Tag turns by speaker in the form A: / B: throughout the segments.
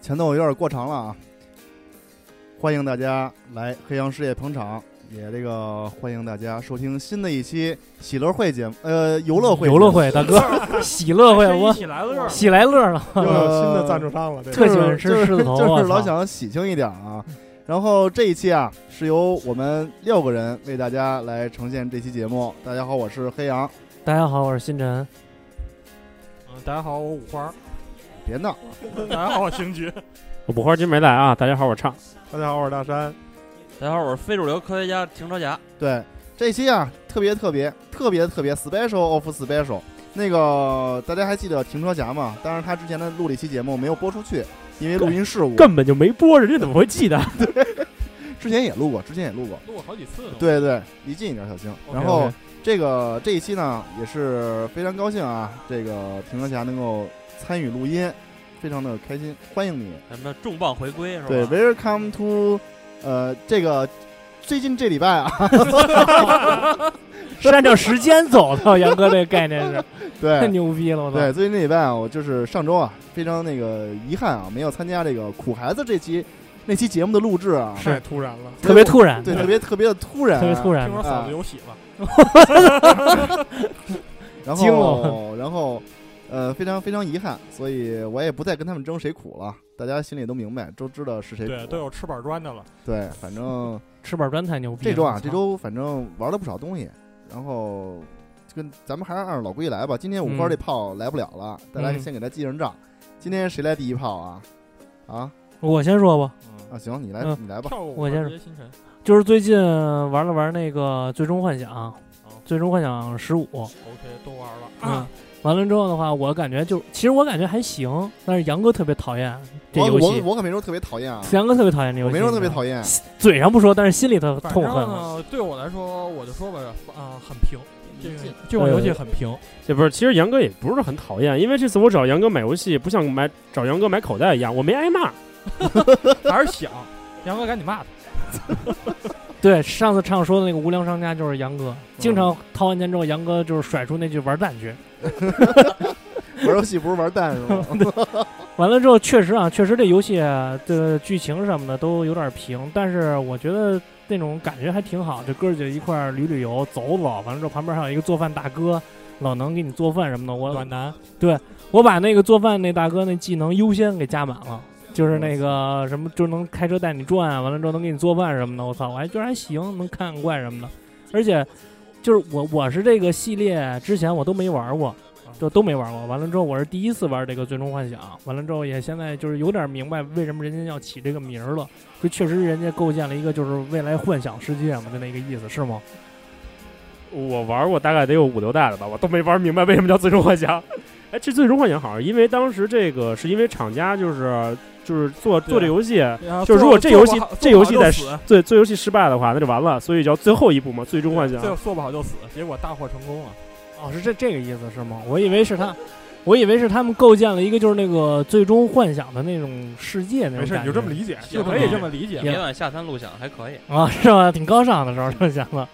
A: 前奏有点过长了啊，欢迎大家来黑羊事业捧场，也这个欢迎大家收听新的一期喜乐会节目，呃，游乐会节
B: 游
A: 目，
B: 乐会，大哥， 喜 乐会，
C: 一
B: 我
C: 起来乐，
B: 喜来乐了，
D: 又有新
C: 呃
D: 的赞助商了，这
B: 特
A: 就
D: 个
B: 喜
A: 是就
B: 欢吃狮
A: 是
B: 子头，
A: 就
B: 我
A: 是老
B: 操！
A: 想喜庆一点啊。然后这一期啊，是由我们六个人为大家来呈现这期节目。大家好，我是黑羊，
B: 大家好，我是星辰，
C: 嗯，大家好，我五花，
A: 别闹，
C: 大家好，我星 爵，
E: 我五花今没来啊，大家好，我唱。
D: 大家好，我是大山。
F: 大家好，我是非主流科学家停车侠。
A: 对，这期啊特别特别特别特别 special of special。那个大家还记得停车侠吗？当然，他之前的录了一期节目没有播出去，因为录音事故。
E: 根本就没播，人家怎么会记得？
A: 之前也录过，之前也录过。
C: 录过好几次呢，
A: 对对，离近一点，小心。然后这个这一期呢也是非常高兴啊，这个停车侠能够参与录音，非常的开心，欢迎你。
F: 咱们重磅回归是吧？
A: 对，Welcome to，呃，这个最近这礼拜啊，
B: 是按照时间走的，杨哥这个概念是太
A: 对
B: 牛逼了，我操！
A: 对，最近这礼拜啊，我就是上周啊，非常那个遗憾啊，没有参加这个苦孩子这期那期节目的录制啊，
D: 太突然了，
B: 特别突然，
A: 对，特别特别的突然，
B: 特别突。然
C: 听，说
A: 啊
C: 嗓子有喜了，
A: 然
B: 惊
A: 后
B: 了
A: 然后呃，非常非常遗憾，所以我也不再跟他们争谁苦了，大家心里都明白，都知道是谁苦。
C: 对，都有吃板砖的了，
A: 对，反正。
B: 吃板砖太牛逼了。
A: 这周
B: 我
A: 啊，
B: 操
A: 这周反正玩了不少东西，然后跟咱们还是按照老规矩来吧。今天五花
B: 嗯
A: 这炮来不了了，大家
B: 嗯
A: 先给他记上账。今天谁来第一炮啊？啊
B: 我先说吧，
A: 啊，行，你来，
B: 嗯
A: 你来吧。
C: 跳舞，
B: 我先说
C: 星 辰，
B: 就是最近玩了玩那个《最终幻想》，
F: 哦
B: 最终幻想十五》，
F: 啊
C: OK，都玩了，
B: 嗯，完了之后的话，我感觉就其实我感觉还行，但是杨哥特别讨厌这
A: 我
B: 游
A: 我
B: 戏，
A: 我可没说特别讨厌啊，
B: 杨哥特别讨厌这游
A: 我
B: 戏，
A: 没说特别
B: 你知道吗，
A: 讨厌。
B: 嘴上不说，但是心里头
C: 啊反
B: 痛
C: 正
B: 恨了。
C: 呢，对我来说，我就说吧，啊，很平，这个这款
B: 呃
C: 游戏很平，
E: 这不是，其实杨哥也不是很讨厌，因为这次我找杨哥买游戏，不像买找杨哥买口袋一样，我没挨骂。
C: 还是想，杨哥赶紧骂他，
B: 对，上次唱说的那个无良商家就是杨哥，经常掏完钱之后，杨哥就是甩出那句“玩蛋去
A: 玩游戏不是玩蛋是吗？”。
B: 完了之后，确实啊，确实这游戏的剧情什么的都有点平，但是我觉得那种感觉还挺好。就哥儿几个一块儿旅旅游、走走，完了之后旁边还有一个做饭大哥，老能给你做饭什么的。我
C: 暖男，
B: 我把那个做饭那大哥那技能优先给加满了，就是那个什么，就能开车带你转啊，完了之后能给你做饭什么的。我操，我还觉得还行，能看看怪什么的。而且就是我我是这个系列之前我都没玩过，
C: 嗯
B: 就都没玩过。完了之后我是第一次玩这个《最终幻想》，完了之后也现在就是有点明白为什么人家要起这个名儿了，就确实人家构建了一个就是未来幻想世界嘛，就那个意思是吗？
E: 我玩过大概得有五六代了吧，我都没玩明白为什么叫最终幻想。哎，这最终幻想好像因为当时这个是因为厂家就是就是做
C: 对
E: 做这游戏，
C: 啊
E: 就是如果这游戏
C: 做不好
E: 这游戏
C: 做不
E: 在
C: 好就死
E: 最最游戏失败的话，那就完了，所以叫最后一步嘛，最终幻
D: 啊
E: 想。
C: 这做不好就死，结果大获成功了，
B: 哦，是这这个意思是吗？我以为是他，我以为是他们构建了一个就是那个最终幻想的那种世界那
D: 没
B: 种
D: 事，
B: 感
D: 你
B: 觉，
D: 就这么理解，
F: 行
C: 就
D: 就这
C: 可
D: 么
C: 以
D: 理
C: 这
D: 解。
C: 么理 解，
F: 每晚下餐录像还可以。
B: 啊，是吧？挺高尚的时候这么想的。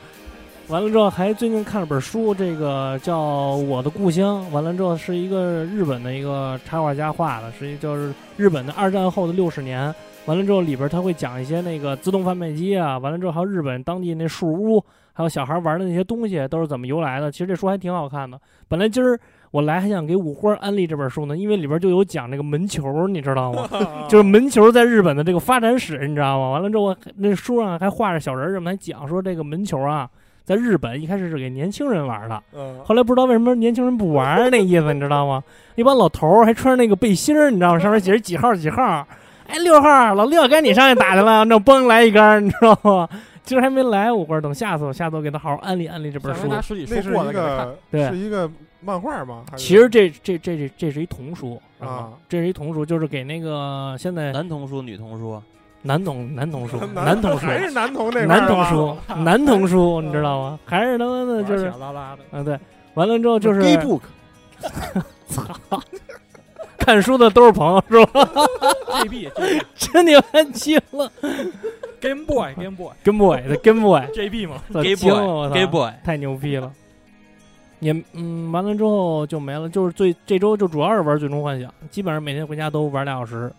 B: 完了之后，还最近看了本书，这个叫《我的故乡》。完了之后，是一个日本的一个插画家画的，是一就是日本的二战后的六十年。完了之后，里边他会讲一些那个自动贩卖机啊，完了之后还有日本当地那树屋，还有小孩玩的那些东西都是怎么由来的。其实这书还挺好看的。本来今儿我来还想给五花安利这本书呢，因为里边就有讲这个门球，你知道吗？
C: 啊
B: 就是门球在日本的这个发展史，你知道吗？完了之后，那书上还画着小人儿什么，还讲说这个门球啊，在日本一开始是给年轻人玩的，
D: 嗯，
B: 后来不知道为什么年轻人不玩儿那意思，你知道吗？一帮老头儿还穿着那个背心儿，你知道吗？上面写着几号几号，哎，六号，老六该你上去打去了，那嘣来一杆儿，你知道吗？今儿还没来，我会儿等下次我下次我给他好好安利安利这本
C: 下
B: 书
C: 回。拿实体
D: 那
C: 书
D: 是
C: 过
D: 一
C: 来给他看，
D: 个
B: 对
D: 是一个漫画吗？还是
B: 其实这这这这这是一童书
D: 啊，
B: 这是一童书，就是给那个现在
F: 男童书、女童书，
B: 男童男童 书
D: 男
B: 男童
C: 嗯
B: 书
D: 还是男童那边
B: 男
D: 儿
B: 童
D: 吧
B: 书，男童书，你知道吗？还是他妈的就是
C: 玩起，来拉拉的，
B: 啊，对，完了之后就 是
A: gay book，
B: 看书的都是朋友，是吧？
C: JB 就是
B: 真牛气了
C: Game Boy Game Boy
B: ，Game Boy 的 Game Boy，
C: JB 嘛，
B: 操
F: Gay
B: 惊了我
F: boy，Gay
B: 操，
F: boy，
B: 太牛逼了！也嗯，完了之后就没了，就是最这周就主要是玩《最终幻想》，基本上每天回家都玩俩小时。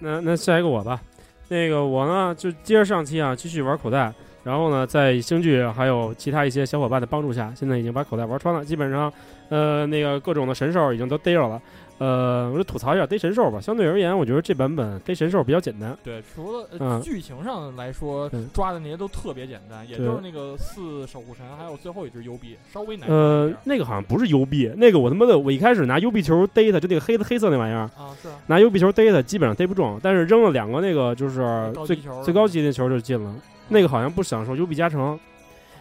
E: 那那下一个我吧，那个我呢就接着上期啊，继续玩口袋，然后呢，在星剧还有其他一些小伙伴的帮助下，现在已经把口袋玩穿了，基本上，呃，那个各种的神兽已经都逮着了。呃，我就吐槽一下逮神兽吧，相对而言，我觉得这版本逮神兽比较简单。
C: 对，除了、呃
E: 嗯
C: 剧情上来说
E: 嗯，
C: 抓的那些都特别简单，也
E: 对
C: 就是那个四守护神还有最后一只幽闭稍微难一
E: 呃
C: 点，
E: 那个好像不是幽闭，那个我他妈的，我一开始拿幽闭球逮它，就那个黑的黑色那玩意儿，
C: 啊，是啊
E: 拿幽闭球逮它，基本上逮不中，但是扔了两个那个
D: 呃
E: 就是
C: 高级
E: 最
C: 球
E: 最高级的球就进了，那个好像不享受幽闭加成。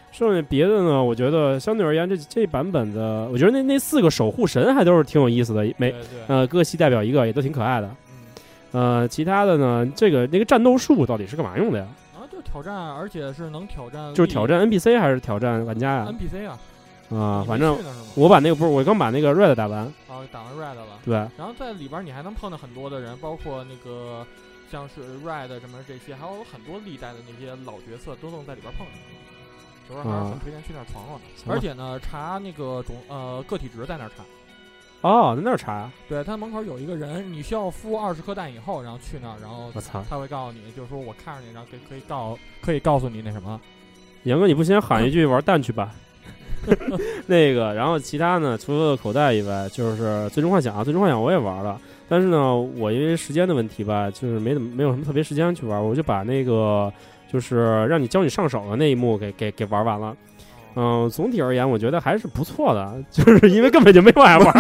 E: 剩下别的呢，我觉得相对而言，这这版本的，我觉得那那四个守护神还都是挺有意思的，每
C: 对对，
D: 嗯
E: 呃各系代表一个，也都挺可爱的。
C: 嗯
E: 呃，其他的呢，这个那个战斗术到底是干嘛用的呀？
C: 啊，就挑战，而且是能挑战力，
E: 就是挑战 NPC 还是挑战玩家呀？
C: NPC 啊
E: 啊，
C: 你没
E: 反正
C: 去呢是吗？
E: 我把那个不是，我刚把那个 Red 打完，
C: 啊，打完 Red 了，
E: 对吧，
C: 然后在里边你还能碰到很多的人，包括那个像是 Red 什么这些，还有很多历代的那些老角色都能在里边碰到。有时候还是很推荐去那儿闯闯，
E: 啊行吧
C: 而且呢，查那个种呃个体值在那儿查，
E: 哦，在那儿查，
C: 对他门口有一个人，你需要孵二十颗蛋以后，然后去那儿，然后
E: 我操！
C: 他会告诉你，就是说我看着你，然后可以可以告可以告诉你那什么，
E: 杨哥，你不先喊一句玩蛋去吧？ 那个，然后其他呢，除了口袋以外，就是最终幻想啊，最终幻想我也玩了，但是呢，我因为时间的问题吧，就是没怎么没有什么特别时间去玩，我就把那个就是让你教你上手的那一幕给 给给玩完了。嗯、总体而言，我觉得还是不错的， 就是因为根本就没往下玩，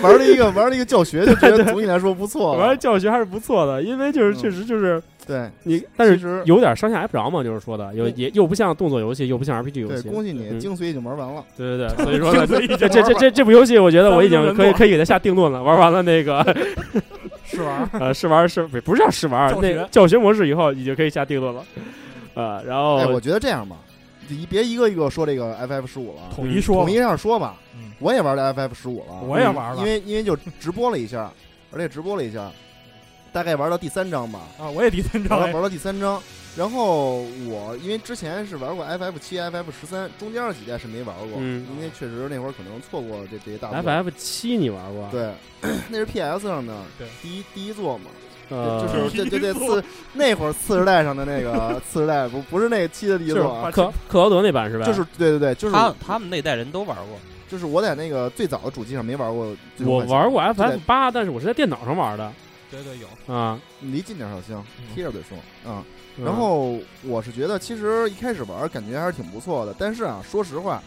A: 玩了一个玩了一个教学，就觉得总体来说不错
E: 玩
A: 了。
E: 教学还是不错的，因为就是
A: 嗯
E: 确实就是
A: 对，
E: 你，但是
A: 其实
E: 有点上下挨不着嘛，就是说的，有也又不像动作游戏，又不像 RPG 游
A: 对，
E: 戏。
A: 恭喜你，
E: 嗯
A: 精髓已经玩完了。
E: 对对 对，所以说呢，这这这这这部游戏，我觉得我已经可以可以给它下定论了。玩完了那个
C: 是 吧？
E: 呃试玩试不不是叫试玩，
C: 教学
E: 那个教学模式以后已经可以下定论了。呃，然后
A: 哎，我觉得这样吧，你别一个一个说这个 FF 十五了，
C: 统一说
A: 嗯统一上说吧。
C: 嗯
A: 我也玩了 FF 十五了，嗯
C: 我也玩了
A: 因为因为就直播了一下，而且直播了一下，大概玩到第三章吧，
C: 啊，我也第三
A: 玩
C: 张
A: 到，玩到第三章。然后我因为之前是玩过 FF 七、FF 十三，中间的几代是没玩过，
E: 嗯
A: 因为确实那会儿可能错过这这些大作。
E: FF 七你玩过？，
A: 对，那是 PS 上的
C: 对
A: 第一第一座嘛，
E: 呃，
A: 就是这这 这次那会儿次时代上的那个次时代不不是那期的第一
E: 就是
A: 座啊，
E: 克克劳德那版是吧？
A: 就是对对对，就是
F: 他他们那代人都玩过，
A: 就是我在那个最早的主机上没玩过最终
E: 我
A: 幻想，
E: 玩过
A: 就在
E: FF 八，但是我是在电脑上玩的
C: 对对有，
E: 啊。
A: 你离近点儿小星，
C: 嗯
A: 贴着嘴说啊。
E: 嗯
A: 然后我是觉得，其实一开始玩儿感觉还是挺不错的，但是啊，说实话，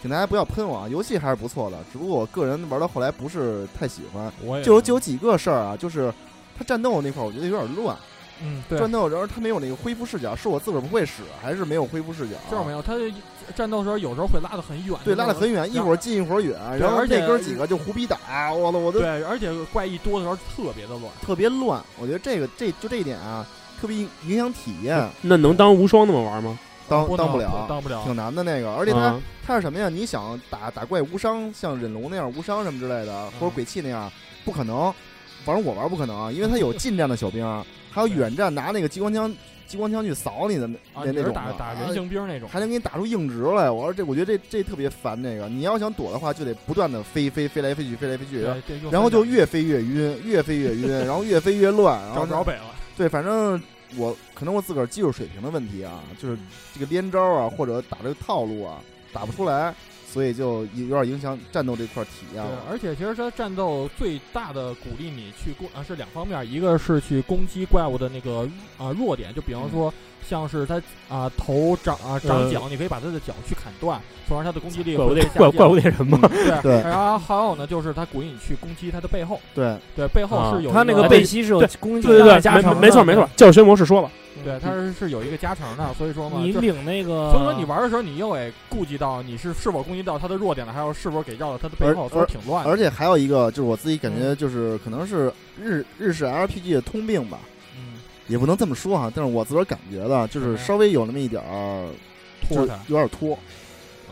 A: 请大家不要喷我啊，游戏还是不错的，只不过我个人玩到后来不是太喜欢，
C: 我也
A: 就有就有几个事儿啊，就是它战斗那块儿我觉得有点乱，
C: 嗯对，
A: 战斗然后它没有那个恢复视角，是我自个儿不会使，还是没有恢复视角？
C: 就是没有，他就战斗的时候有时候会拉得很远，
A: 对，
C: 就
A: 拉
C: 是
A: 得很远，一
C: 然后
A: 会儿近一会儿远，
C: 对
A: 然后
C: 而且
A: 那哥儿几个就胡逼打，我操，我都
C: 对，而且怪异多的时候特别的乱，
A: 特别乱。我觉得这个这就这一点啊，特别影影响体验，
E: 那能当无双那么玩吗？
A: 当
C: 不
A: 当
C: 能
A: 不了，
C: 当不了，
A: 挺难的那个，而且它、
E: 啊
A: 它是什么呀？你想打打怪无伤，像忍龙那样无伤什么之类的，
C: 嗯
A: 或者鬼泣那样，不可能。反正我玩不可能啊，因为它有近战的小兵，啊还有远战拿那个激光枪、激光枪去扫你的那
C: 啊，
A: 那
C: 你
A: 那
C: 是
A: 种
C: 打
A: 的，
C: 打
A: 啊
C: 人形兵那种，
A: 还能给你打出硬直来。我说这，我觉得这这特别烦。那个你要想躲的话，就得不断的飞飞飞来飞去，飞来飞去，
C: 对，啊对
A: 然后就越飞越晕，越飞越晕，然后越飞越乱，然后
C: 找着北了，
A: 对，反正我可能我自个儿技术水平的问题啊，就是
C: 嗯
A: 这个连招啊，或者打这个套路啊，打不出来，所以就有点影响战斗这块儿体验
C: 对
A: 了。，
C: 而且其实它战斗最大的鼓励你去攻啊是两方面，一个是去攻击怪物的那个啊弱点，就比
A: 嗯
C: 方说像是它啊头长啊长
E: 呃
C: 脚，你可以把它的脚去砍断，从而它的攻击力
E: 怪物
C: 会
E: 猎
C: 下嗯
E: 怪
C: 降
E: 怪物猎人吗？
A: 对
C: 对，然后还有呢就是它鼓励你去攻击它的背后，
A: 对，
C: 对，背后
E: 啊
C: 是有
B: 他
C: 一
B: 那
C: 个呃
B: 个背膝是有攻击
E: 对对
B: 大
E: 对，
B: 加成
E: 没
B: 的
E: 没错没错，，教学模式说了，
C: 对，它是是有一个加成的，所以说嘛，
B: 你
C: 就
B: 领那个，
C: 所以说你玩的时候，你又得顾及到你是是否攻击到它的弱点了，还有是否给绕到它的背后，
A: 而
C: 所以挺乱的。
A: 而且还有一个就是我自己感
C: 嗯
A: 觉就是可能是日日式 RPG 的通病吧，
C: 嗯，
A: 也不能这么说哈、但是我自个儿感觉的就是稍微有那么一点儿，就
C: 拖
A: 是
C: 沓，哦
A: 有点拖，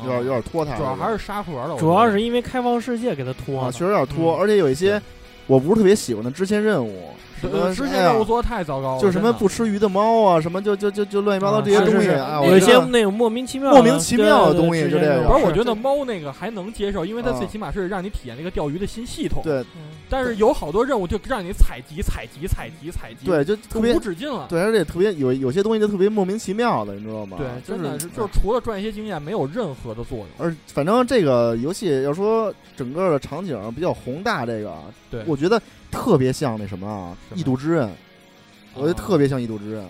A: 有点有点拖沓，
C: 嗯主要还是沙盒的，我觉得
B: 主要是因为开放世界给他拖
A: 啊，
B: 的，
C: 嗯
A: 确实有点拖，而且有一些。我不是特别喜欢的支线任务，什么
C: 呃之
A: 哎
C: 前
A: 呀
C: 任务做的太糟糕了，
A: 就是什么
C: 哦真的
A: 不吃鱼的猫啊，什么就就就就乱七八糟这些
B: 啊是
A: 东西，
B: 是是
A: 哎，
B: 有
A: 我觉
B: 一些
A: 得
B: 那种莫名其妙的、
A: 莫名其妙的
B: 对对
A: 东西
B: 对
A: 就这个
B: 对
C: 不
B: 对
C: 是，我
B: 是
C: 觉得猫那个还能接受，因为它
A: 啊
C: 最起码是让你体验了一个钓鱼的新系统。，
A: 对
B: 嗯
C: 但是有好多任务就让你采集、采集、采集、采集，，
A: 对，就特别
C: 无止境了。
A: 对，而且特别有有些东西就特别莫名其妙的，你知道吗？
C: 对，
A: 就
C: 真的是
A: 是
C: 就是除了赚一些经验，没有任何的作用。
A: 而反正这个游戏要说整个的场景比较宏大，这个啊
C: 对
A: 我觉得特别像那什么啊，
C: 什
A: 《
C: 么
A: 异度之刃》，我觉得
C: 啊
A: 特别像《异度之刃》，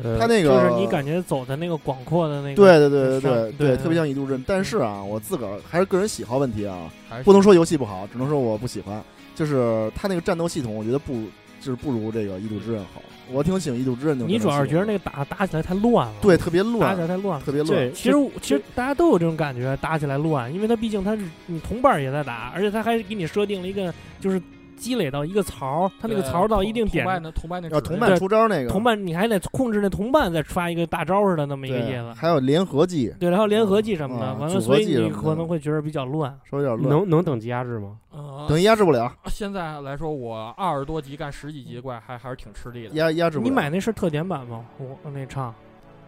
E: 呃
A: 他那个
B: 就是你感觉走在那个广阔的那个
A: 对对对对
B: 上
A: 对
B: 对
A: 特别像《异度之刃》。但是啊，我自个儿还是个人喜好问题啊，
C: 还是
A: 不能说游戏不好，只能说我不喜欢。就是他那个战斗系统，我觉得不就是不如这个《异度之刃》好。我挺喜欢《异度之刃》的战斗系统的。
B: 你主要是觉得那个打打起来太乱了，
A: 对特别
B: 打起
A: 乱
B: 来，太乱了。
A: 特别乱
E: 这。
B: 其实我其实大家都有这种感觉，打起来乱，因为他毕竟他是你同伴儿也在打，而且他还给你设定了一个就是积累到一个槽儿，他那个
C: 对
B: 槽儿到
C: 同
B: 一定点
C: 同，伴的同伴的
A: 要
C: 指
A: 同
C: 认
A: 伴
B: 对
A: 出招那个，
B: 同伴你还得控制那同伴再刷一个大招似的那么一个
A: 对
B: 意思。
A: 还有联合技，
B: 对，然后联合技什
E: 嗯
B: 么的，
A: 啊
B: 完
A: 组
B: 了，
A: 合
B: 所以
A: 技什
B: 你
A: 么的
B: 可能会觉得比较乱。
A: 稍微有点乱，
E: 能能等级压制吗？
C: 呃
A: 等于压制不了，
C: 现在来说，我二十多级干十几级怪还还是挺吃力的。
A: 压压制不了。
B: 你买那是特点版吗？我那唱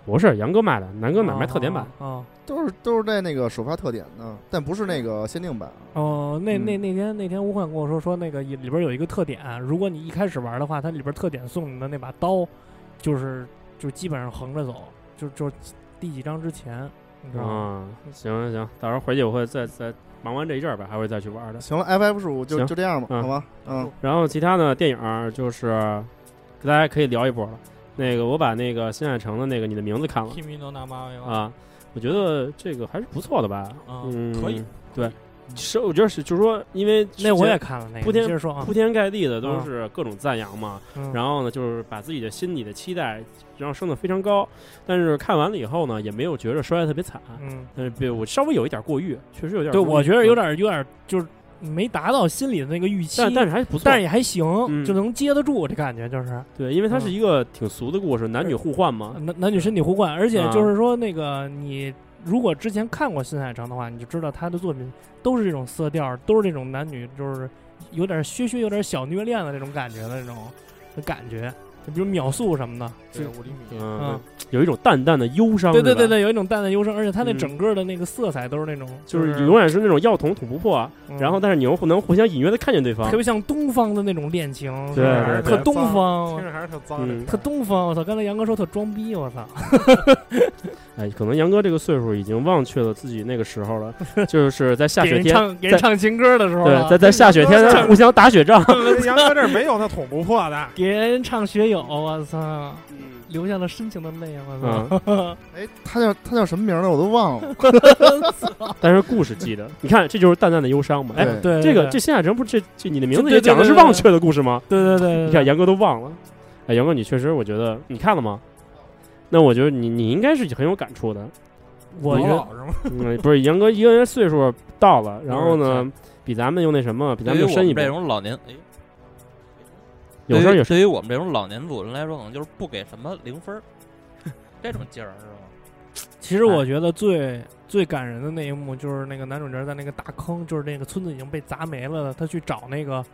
E: 不是，杨哥买的，南哥哪
B: 啊
E: 卖特点版？
B: 啊啊？
A: 都是都是在那个首发特点呢，但不是那个限定版啊。
B: 哦，那
A: 嗯
B: 那那天那天吴焕跟我说说那个里边有一个特点，如果你一开始玩的话，它里边特点送你的那把刀，就是就基本上横着走，就就第几章之前，你知道吗？
E: 啊，行行行，到时候回去我会再再忙完这一阵儿吧，还会再去玩的。
A: 行了，FF 十五就
E: 行
A: 就这样吧，
E: 嗯
A: 好吧？嗯，
E: 然后其他的电影儿就是大家可以聊一波了。那个我把那个新海诚的那个《你的名字》看了
C: Kimi no nama yo
E: 啊，我觉得这个还是不错的吧。
C: 嗯
B: 啊
E: 嗯，
C: 可以。
E: 对，是我觉得是就是说，因为
B: 那我也看了那个，
E: 铺天
B: 你接着说啊
E: 铺。天盖地的都
B: 啊
E: 是各种赞扬嘛，
B: 嗯
E: 然后呢，就是把自己的心里的期待，然后升得非常高。但是看完了以后呢，也没有觉得摔得特别惨，
B: 嗯，
E: 但是对我稍微有一点过誉，确实有点
B: 对，
E: 过誉
B: 我觉得有，
E: 嗯
B: 点有点就是没达到心里的那个预期，
E: 但但是还是不错。
B: 但是也还行，
E: 嗯
B: 就能接得住，这感觉就是。
E: 对，因为
B: 嗯
E: 它是一个挺俗的故事，男女互换嘛。
B: 啊男男女身体互换，而且
E: 啊
B: 就是说，那个你如果之前看过新海诚的话，你就知道他的作品都是这种色调，都是这种男女就是有点削削、有点小虐恋的这种感觉的这种感觉，就比如秒速什么的，
C: 对
B: 就
C: 五厘米。
E: 嗯
B: 嗯，
E: 有一种淡淡的忧伤。
B: 对对对
E: 是吧，
B: 对，有一种淡淡忧伤，而且他那
E: 嗯
B: 整个的那个色彩都是那种，
E: 就是永远是那种药桶捅不破，啊
B: 嗯
E: 然后但是你又能互相隐约的看见对方
B: 特。别像东方的那种恋情，是
E: 对
B: 吧
E: 对对
B: 特东
D: 听
B: 方，
D: 着还是特脏的
E: 嗯。
B: 特东方。我操，刚才杨哥说特装逼，我操，
E: 哎，可能杨哥这个岁数已经忘却了自己那个时 候了，就是在下
B: 给
E: 雪
B: 人
E: 天，
B: 唱给人
E: 在
B: 唱情歌的时候啊，
E: 对，在在下雪
D: 这
E: 天
D: 这
E: 互相打雪仗。
D: 杨哥这儿没有那捅不破的，
B: 给人唱学友，我操。
E: 嗯
B: 流下了深情的泪啊！我操！
A: 哎，他叫他叫什么名儿呢？我都忘了。
E: 但是故事记得，你看这就是淡淡的忧伤嘛。哎，
A: 对
B: 对，
E: 这个
B: 对
E: 这新海诚不是这这你的名字
B: 对对
E: 也讲的
B: 对
E: 是
B: 对
E: 忘却的故事吗？
B: 对对对，
E: 你看杨哥都忘了。哎，杨哥，你确实，我觉得你看了吗？那我觉得你你应该是很有感触的。
B: 我觉得
C: 老是吗？
E: 嗯，不是杨哥一个人岁数到了，然后呢，比咱们又那什么，比咱们
F: 对于
E: 又
F: 我
E: 深一
F: 们这
E: 步。
F: 种老年，哎，
E: 有事儿
F: 对
E: 有
F: 于
E: 事儿，
F: 对于我们这种老年主人来说，可能就是不给什么零分儿， 这种劲儿是吗？
E: 哎
B: 其实我觉得最最感人的那一幕就是那个男主角在那个大坑，就是那个村子已经被砸没了的，他去找那个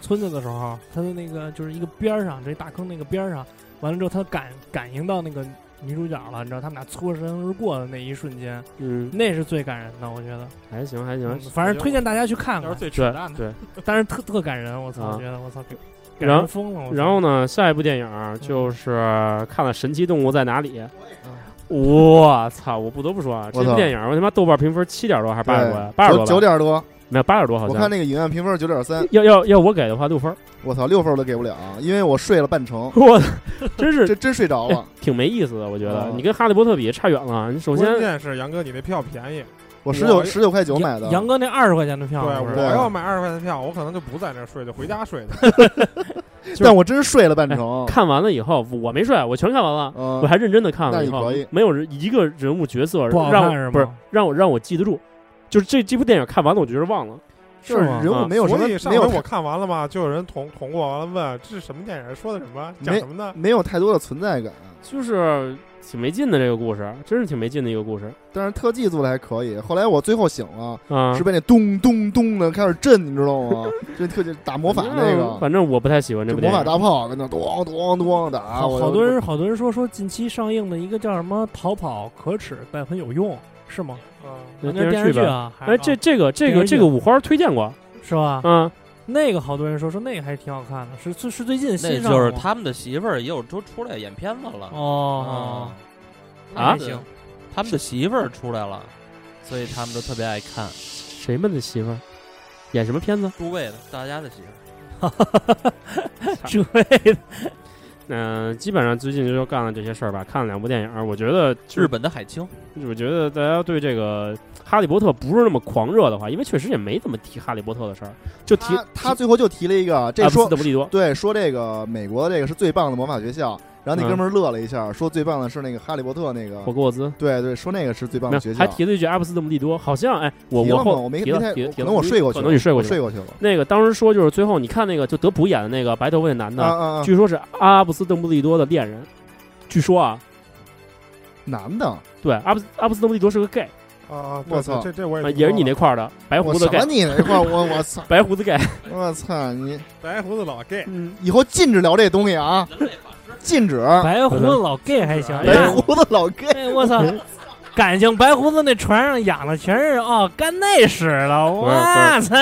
B: 村子的时候，他的那个就是一个边儿上，这大坑那个边儿上，完了之后他感感应到那个女主角了，你知道他们俩错身而过的那一瞬间，
E: 嗯，
B: 那是最感人的，我觉得。
E: 还行还
B: 嗯
E: 行，
B: 反正推荐大家去看
C: 那是
B: 看，
C: 最扯
E: 对
C: 淡的。
E: 对。
B: 但是特特感人，我操，
E: 啊
B: 我觉得我操，给给
E: 然后
B: 人疯了，我操嗯
E: 然后呢，下一部电影就是看了《神奇动物在哪里》。我操！我不得不说啊，这
A: 我操
E: 部电影我他妈豆瓣评分七点多还是八点多呀
A: 对？
E: 八点多吧
A: 九九点多，
E: 没有八点多好
A: 我
E: 像。
A: 看那个影院评分九点三，
E: 要要要我给的话六分儿，
A: 我操，六分我都给不了，啊因为我睡了半程，
E: 我真是
A: 这真睡着
E: 哎
A: 了。
E: 挺没意思的，我觉得
A: 哦
E: 你跟哈利波特比差远了。你首先
D: 关键是杨哥你那票便宜，
A: 我十九
D: 我
A: 十九块九
B: 杨
A: 买的，
B: 杨哥那二十块钱的
D: 对
B: 票，是不
D: 我
B: 是
D: 要买二十块钱票，我可能就不在那儿睡，就回家睡去。
A: 但我真睡了半程。
E: 看完了以后，我没睡，我全看完了，
A: 嗯
E: 我，还认真的看
A: 那
E: 了
A: 你
E: 以后
A: 可以，
E: 没有人一个人物角色
B: 不好
E: 让
B: 看是
E: 我
B: 吗？
E: 不是让我让我记得住，就是这这部电影看完了，我觉得忘了。
A: 就是
B: 吗
A: 人物
E: 啊
A: 没有什么
D: 所以上
A: 没
D: 回
A: 有
D: 我看完了嘛，就有人捅捅过，完了问这是什么电影，说的什么，讲
A: 没
D: 什么呢？
A: 没有太多的存在感，
E: 就是挺没劲的这个故事，真是挺没劲的一个故事
A: 但是特技做的还可以。后来我最后醒了，
E: 啊。
A: 是被那咚咚咚的开始震，你知道吗？就特技打 魔法那
E: 嗯
A: 个，
E: 反正我不太喜欢这
A: 就
E: 部
A: 魔
E: 电
A: 法
E: 影。
A: 大炮跟那咚咚咚打，
E: 啊
B: 好
A: 我
B: 好多人好多人说说近期上映的一个叫什么《逃跑可耻但很有用》，是吗？
D: 啊，
E: 那
B: 那是
E: 电
B: 电
E: 视
B: 视
E: 剧
B: 剧
E: 吧
B: 啊，还
E: 哎，这
B: 啊
E: 这个这
B: 电
E: 个
B: 视剧
E: 这个五花推荐过，
B: 是吧？
E: 嗯，
B: 那个好多人说说那个还挺好看的，是是是最近
F: 那
B: 新上的
F: 就是
B: 吗
F: 他们的媳妇儿也有都出来演片子了
B: 哦，
F: 啊
B: 那还行，
F: 他们的媳妇儿出来了，所以他们都特别爱看。
E: 谁们的媳妇儿演什么片子？
F: 诸位的，大家的媳妇
B: 这位
E: 嗯、基本上最近就干了这些事儿吧，看了两部电影，我觉得
F: 儿，日
E: 就是
F: 本的海清，
E: 我觉得大家对这个《哈利波特》不是那么狂热的话，因为确实也没怎么提《哈利波特》的事儿，就提啊
A: 他他最后就提了一个，啊这
E: 阿布
A: 说嗯
E: 斯德布利多，
A: 对说这个美国的这个是最棒的魔法学校，然后那
E: 嗯
A: 哥们儿乐了一下，说最棒的是那个哈利波特那个
E: 霍，格沃兹，
A: 对对，说那个是最棒
E: 没
A: 的学
E: 有，
A: 校。
E: 还提了一句阿布斯德布利多，好像哎，我
A: 提
E: 我
A: 了吗？
E: 后
A: 我没
E: 提
A: 没
E: 了
A: 太
E: 提了，
A: 可能我睡过去
E: 可
A: 了，
E: 能你睡过
A: 我
E: 去了
A: 睡过去了。
E: 那个当时说就是最后你看那个就德普演的那个白头发那男
A: 啊
E: 的，
A: 啊啊！
E: 据说是阿布斯邓布利多的恋人，据说啊，
A: 男的，
E: 对阿布斯阿布斯邓布利多是个 gay，
D: 啊啊！
A: 我
D: 对
A: 操
D: 这这我也
E: 啊
D: 听
E: 也是你
D: 说
E: 那块儿的白
A: 我
E: 胡子
A: 什
E: gay，
A: 么你那块儿，我我操，
E: 白胡子 gay，
A: 我操你！
D: 了 白胡子老 gay，
E: 嗯，
A: 以后禁止聊这东西啊，禁止。
B: 白胡子老 gay 还行，
E: 白
A: 白胡子老 gay，
B: 哎我操！感情白胡子那船上养的全是哦干内史了，
E: 不是
B: 哇
E: 你
B: 塞！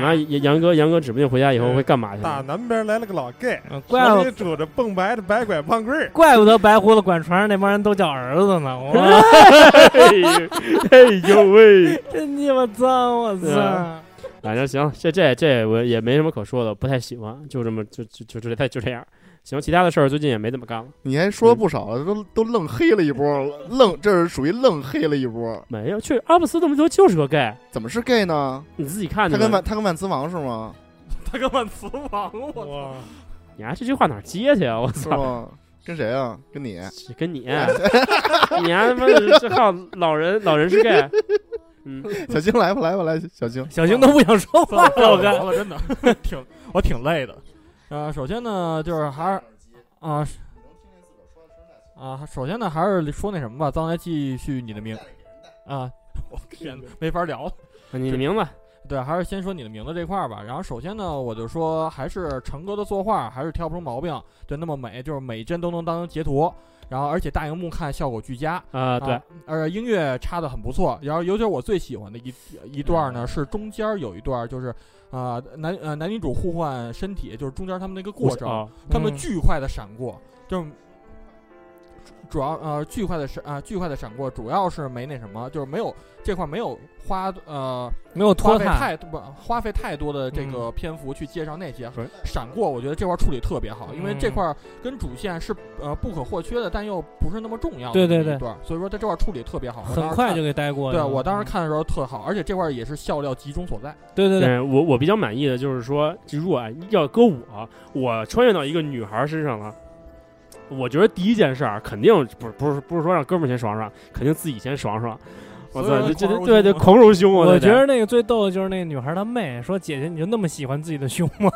E: 妈杨哥杨哥指不定回家以后
A: 嗯
E: 会干嘛去
D: 打
E: 了，
D: 南边来了个老 gay，
B: 嗯怪
D: 手
B: 不
D: 里拄着蹦白的白拐棒棍儿，
B: 怪不得白胡子管船上那帮人都叫儿子 呢，我
E: 哎呦喂，
B: 真鸡巴脏，我
E: 对
B: 操
E: 啊！反正行，这这这我也没什么可说的，不太喜欢，就这么就就就就这就这样。行，其他的事儿最近也没怎么干了，
A: 你还说了不少了，都都愣黑了一波了，愣这是属于愣黑了一波。
E: 没有。确实阿布斯邓布利多就是个 gay，
A: 怎么是 gay 呢？
E: 你自己看
A: 他
E: 去
A: 跟
E: 吧
A: 万。他跟万磁王是吗？
C: 他根本死亡，我操！
D: 哇，
E: 你还这句话哪儿接去啊？我
A: 是
E: 操！
A: 吗？ 跟谁啊？跟你？
E: 是跟你，你
A: 哎
E: 还他妈的这号老人老人是 gay，嗯，
A: 小星来吧来吧来，小星。
B: 小星都不想说话了，我看。
C: 了，真的挺我挺累的。呃，首先呢，就是还是啊是啊，首先呢，还是说那什么吧，刚才继续你的名啊， 我天哪，没法聊了。
E: 你你明白？
C: 对，还是先说你的名字这块儿吧。然后首先呢，我就说还是成哥的作画还是挑不出毛病，对，那么美，就是每一帧都能当成截图，然后而且大荧幕看效果俱佳。
E: 啊，对，
C: 呃，音乐插的很不错，然后尤其是我最喜欢的一一
E: 嗯
C: 段儿呢，是中间儿有一段儿就是，呃，男呃男女主互换身体，就是中间儿他们那个过程，
E: 哦
C: 他们
B: 嗯
C: 巨快的闪过，就是主主要呃巨快的闪啊、巨快的闪过，主要是没那什么，就是没有这块儿没有花呃
B: 没有
C: 花
B: 拖
C: 费
B: 沓，嗯
C: 太不花费太多的这个篇幅去介绍那些、
E: 不是
C: 闪过，我觉得这块儿处理特别好，因为这
B: 嗯
C: 块儿跟主线是呃不可或缺的，但又不是那么重要的
B: 对对
C: 一
B: 对
C: 段儿，所以说在这块儿处理特别好，我当
B: 很
C: 时
B: 快
C: 看
B: 就给带过去
C: 对
B: 了。
C: 我当时
B: 嗯，
C: 看的时候特好，而且这块儿也是笑料集中所在。
B: 对对对，
E: 对我我比较满意的就是说，如果要搁我，我穿越到一个女孩身上了。我觉得第一件事儿肯定不是不是不是说让哥们儿先爽爽，肯定自己先爽爽。我操，
C: 所以
E: 这这对
C: 说狂如啊
E: 对
C: 熊
E: 狂揉胸，啊
B: 我
E: 我
B: 觉得那个最逗的就是那个女孩她妹说：“姐姐，你就那么喜欢自己的胸吗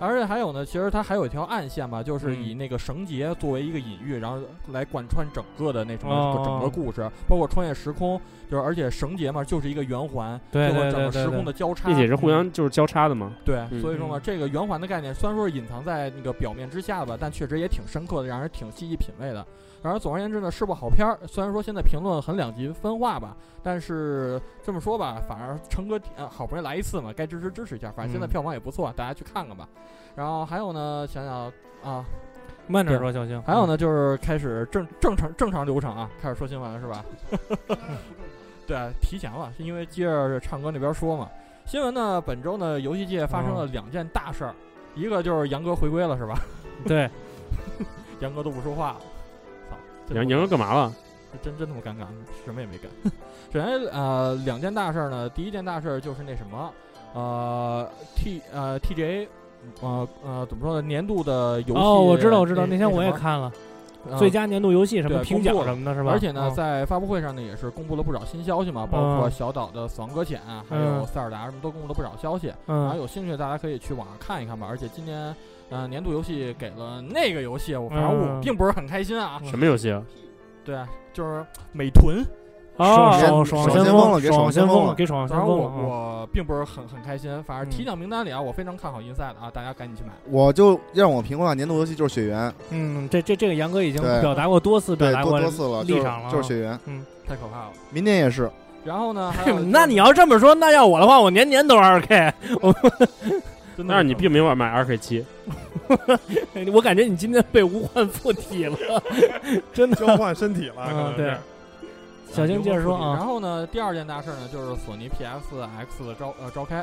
C: 而且还有呢，其实它还有一条暗线吧，就是
E: 嗯
C: 以那个绳结作为一个隐喻，然后来贯穿整个的那什
B: 哦
C: 么整个故事，包括穿越时空，就是而且绳结嘛，就是一个圆环，
B: 对
C: 就
B: 对
C: 会整
B: 对
C: 个
B: 对
C: 时
B: 对
C: 空的交叉
E: 并。且是互相就是交叉的嘛。
C: 对
E: 嗯，
C: 所以说嘛
B: 嗯，
C: 这个圆环的概念虽然说是隐藏在那个表面之下吧，但确实也挺深刻的，让人挺细细品味的。然而总而言之呢，是部好片儿。虽然说现在评论很两极分化吧，但是这么说吧，反而成哥呃好不容易来一次嘛，该支持支持一下。反正现在
E: 嗯
C: 票房也不错，大家去看看吧。然后还有呢，想想啊，？”
B: 慢点说，小星。
C: 还有呢，就是开始正正常正常流程啊，开始说新闻了是吧？ 对，提前了，是因为接着唱歌那边说嘛。新闻呢，本周呢，游戏界发生
B: 哦
C: 了两件大事儿，一个就是杨哥回归了是吧？
B: 嗯？对，
C: 杨哥都不说话了，操！
E: 杨
C: 真他妈
E: 杨哥干嘛了？
C: 真真他妈尴尬，什么也没干。 首先，呃，两件大事儿呢，第一件大事儿就是那什么，呃，T 呃 TGA，呃呃，怎么说呢？年度的游戏
B: 哦，我知道，我知道，
C: 那
B: 那天
C: 那
B: 我
C: 什
B: 也
C: 么
B: 看了，
C: 嗯
B: 最佳年度游戏什么
C: 对
B: 评
C: 公
B: 奖
C: 布了
B: 什么的，是吧？
C: 而且呢，
B: 嗯
C: 在发布会上呢，也是公布了不少新消息嘛，包括小岛的《死亡搁浅》啊，还有
B: 嗯
C: 塞尔达什么，都公布了不少消息。然后
B: 嗯
C: 有兴趣的大家可以去网上看一看吧。而且今年，呃，年度游戏给了那个游戏，我反正我
B: 嗯
C: 并不是很开心啊。
E: 什么游戏啊？
C: 对啊，就是美臀，
B: 爽
E: 啊，
A: 爽
B: 爽
A: 先
B: 哦先
A: 锋了给
B: 爽
A: 爽先
B: 先
A: 锋
B: 锋
A: 了
B: 给爽先
C: 当然
B: 锋
C: 我
B: 了。嗯
C: 我并不是很很开心。反
B: 嗯
C: 正提奖名单里啊，我非常看好 Inside 啊，大家赶紧去买。
A: 我就让我评话年度游戏就是《雪原》，
B: 嗯，这这这个杨哥已经
A: 对
B: 表达过多次表
A: 对，
B: 达
A: 多
B: 过
A: 多次了，就
B: 立
A: 是
B: 场了啊，
A: 就是《雪原》，
C: 太可怕了。
A: 明年也是。
C: 然 后呢，还有
B: 嗯那你要这么说，那要我的话，我年年都二 K。
C: 真的
E: 但是你并没有买二 K 七，。
B: 我感觉你今天被无患附体了，真的。
D: 交换身体
C: 啊
D: 了，可能
B: 嗯，
D: 是
B: 对。小
C: 星
B: 星接着说
C: 然
B: 啊，
C: 后呢，第二件大事呢，就是索尼 PSX 的召呃召开，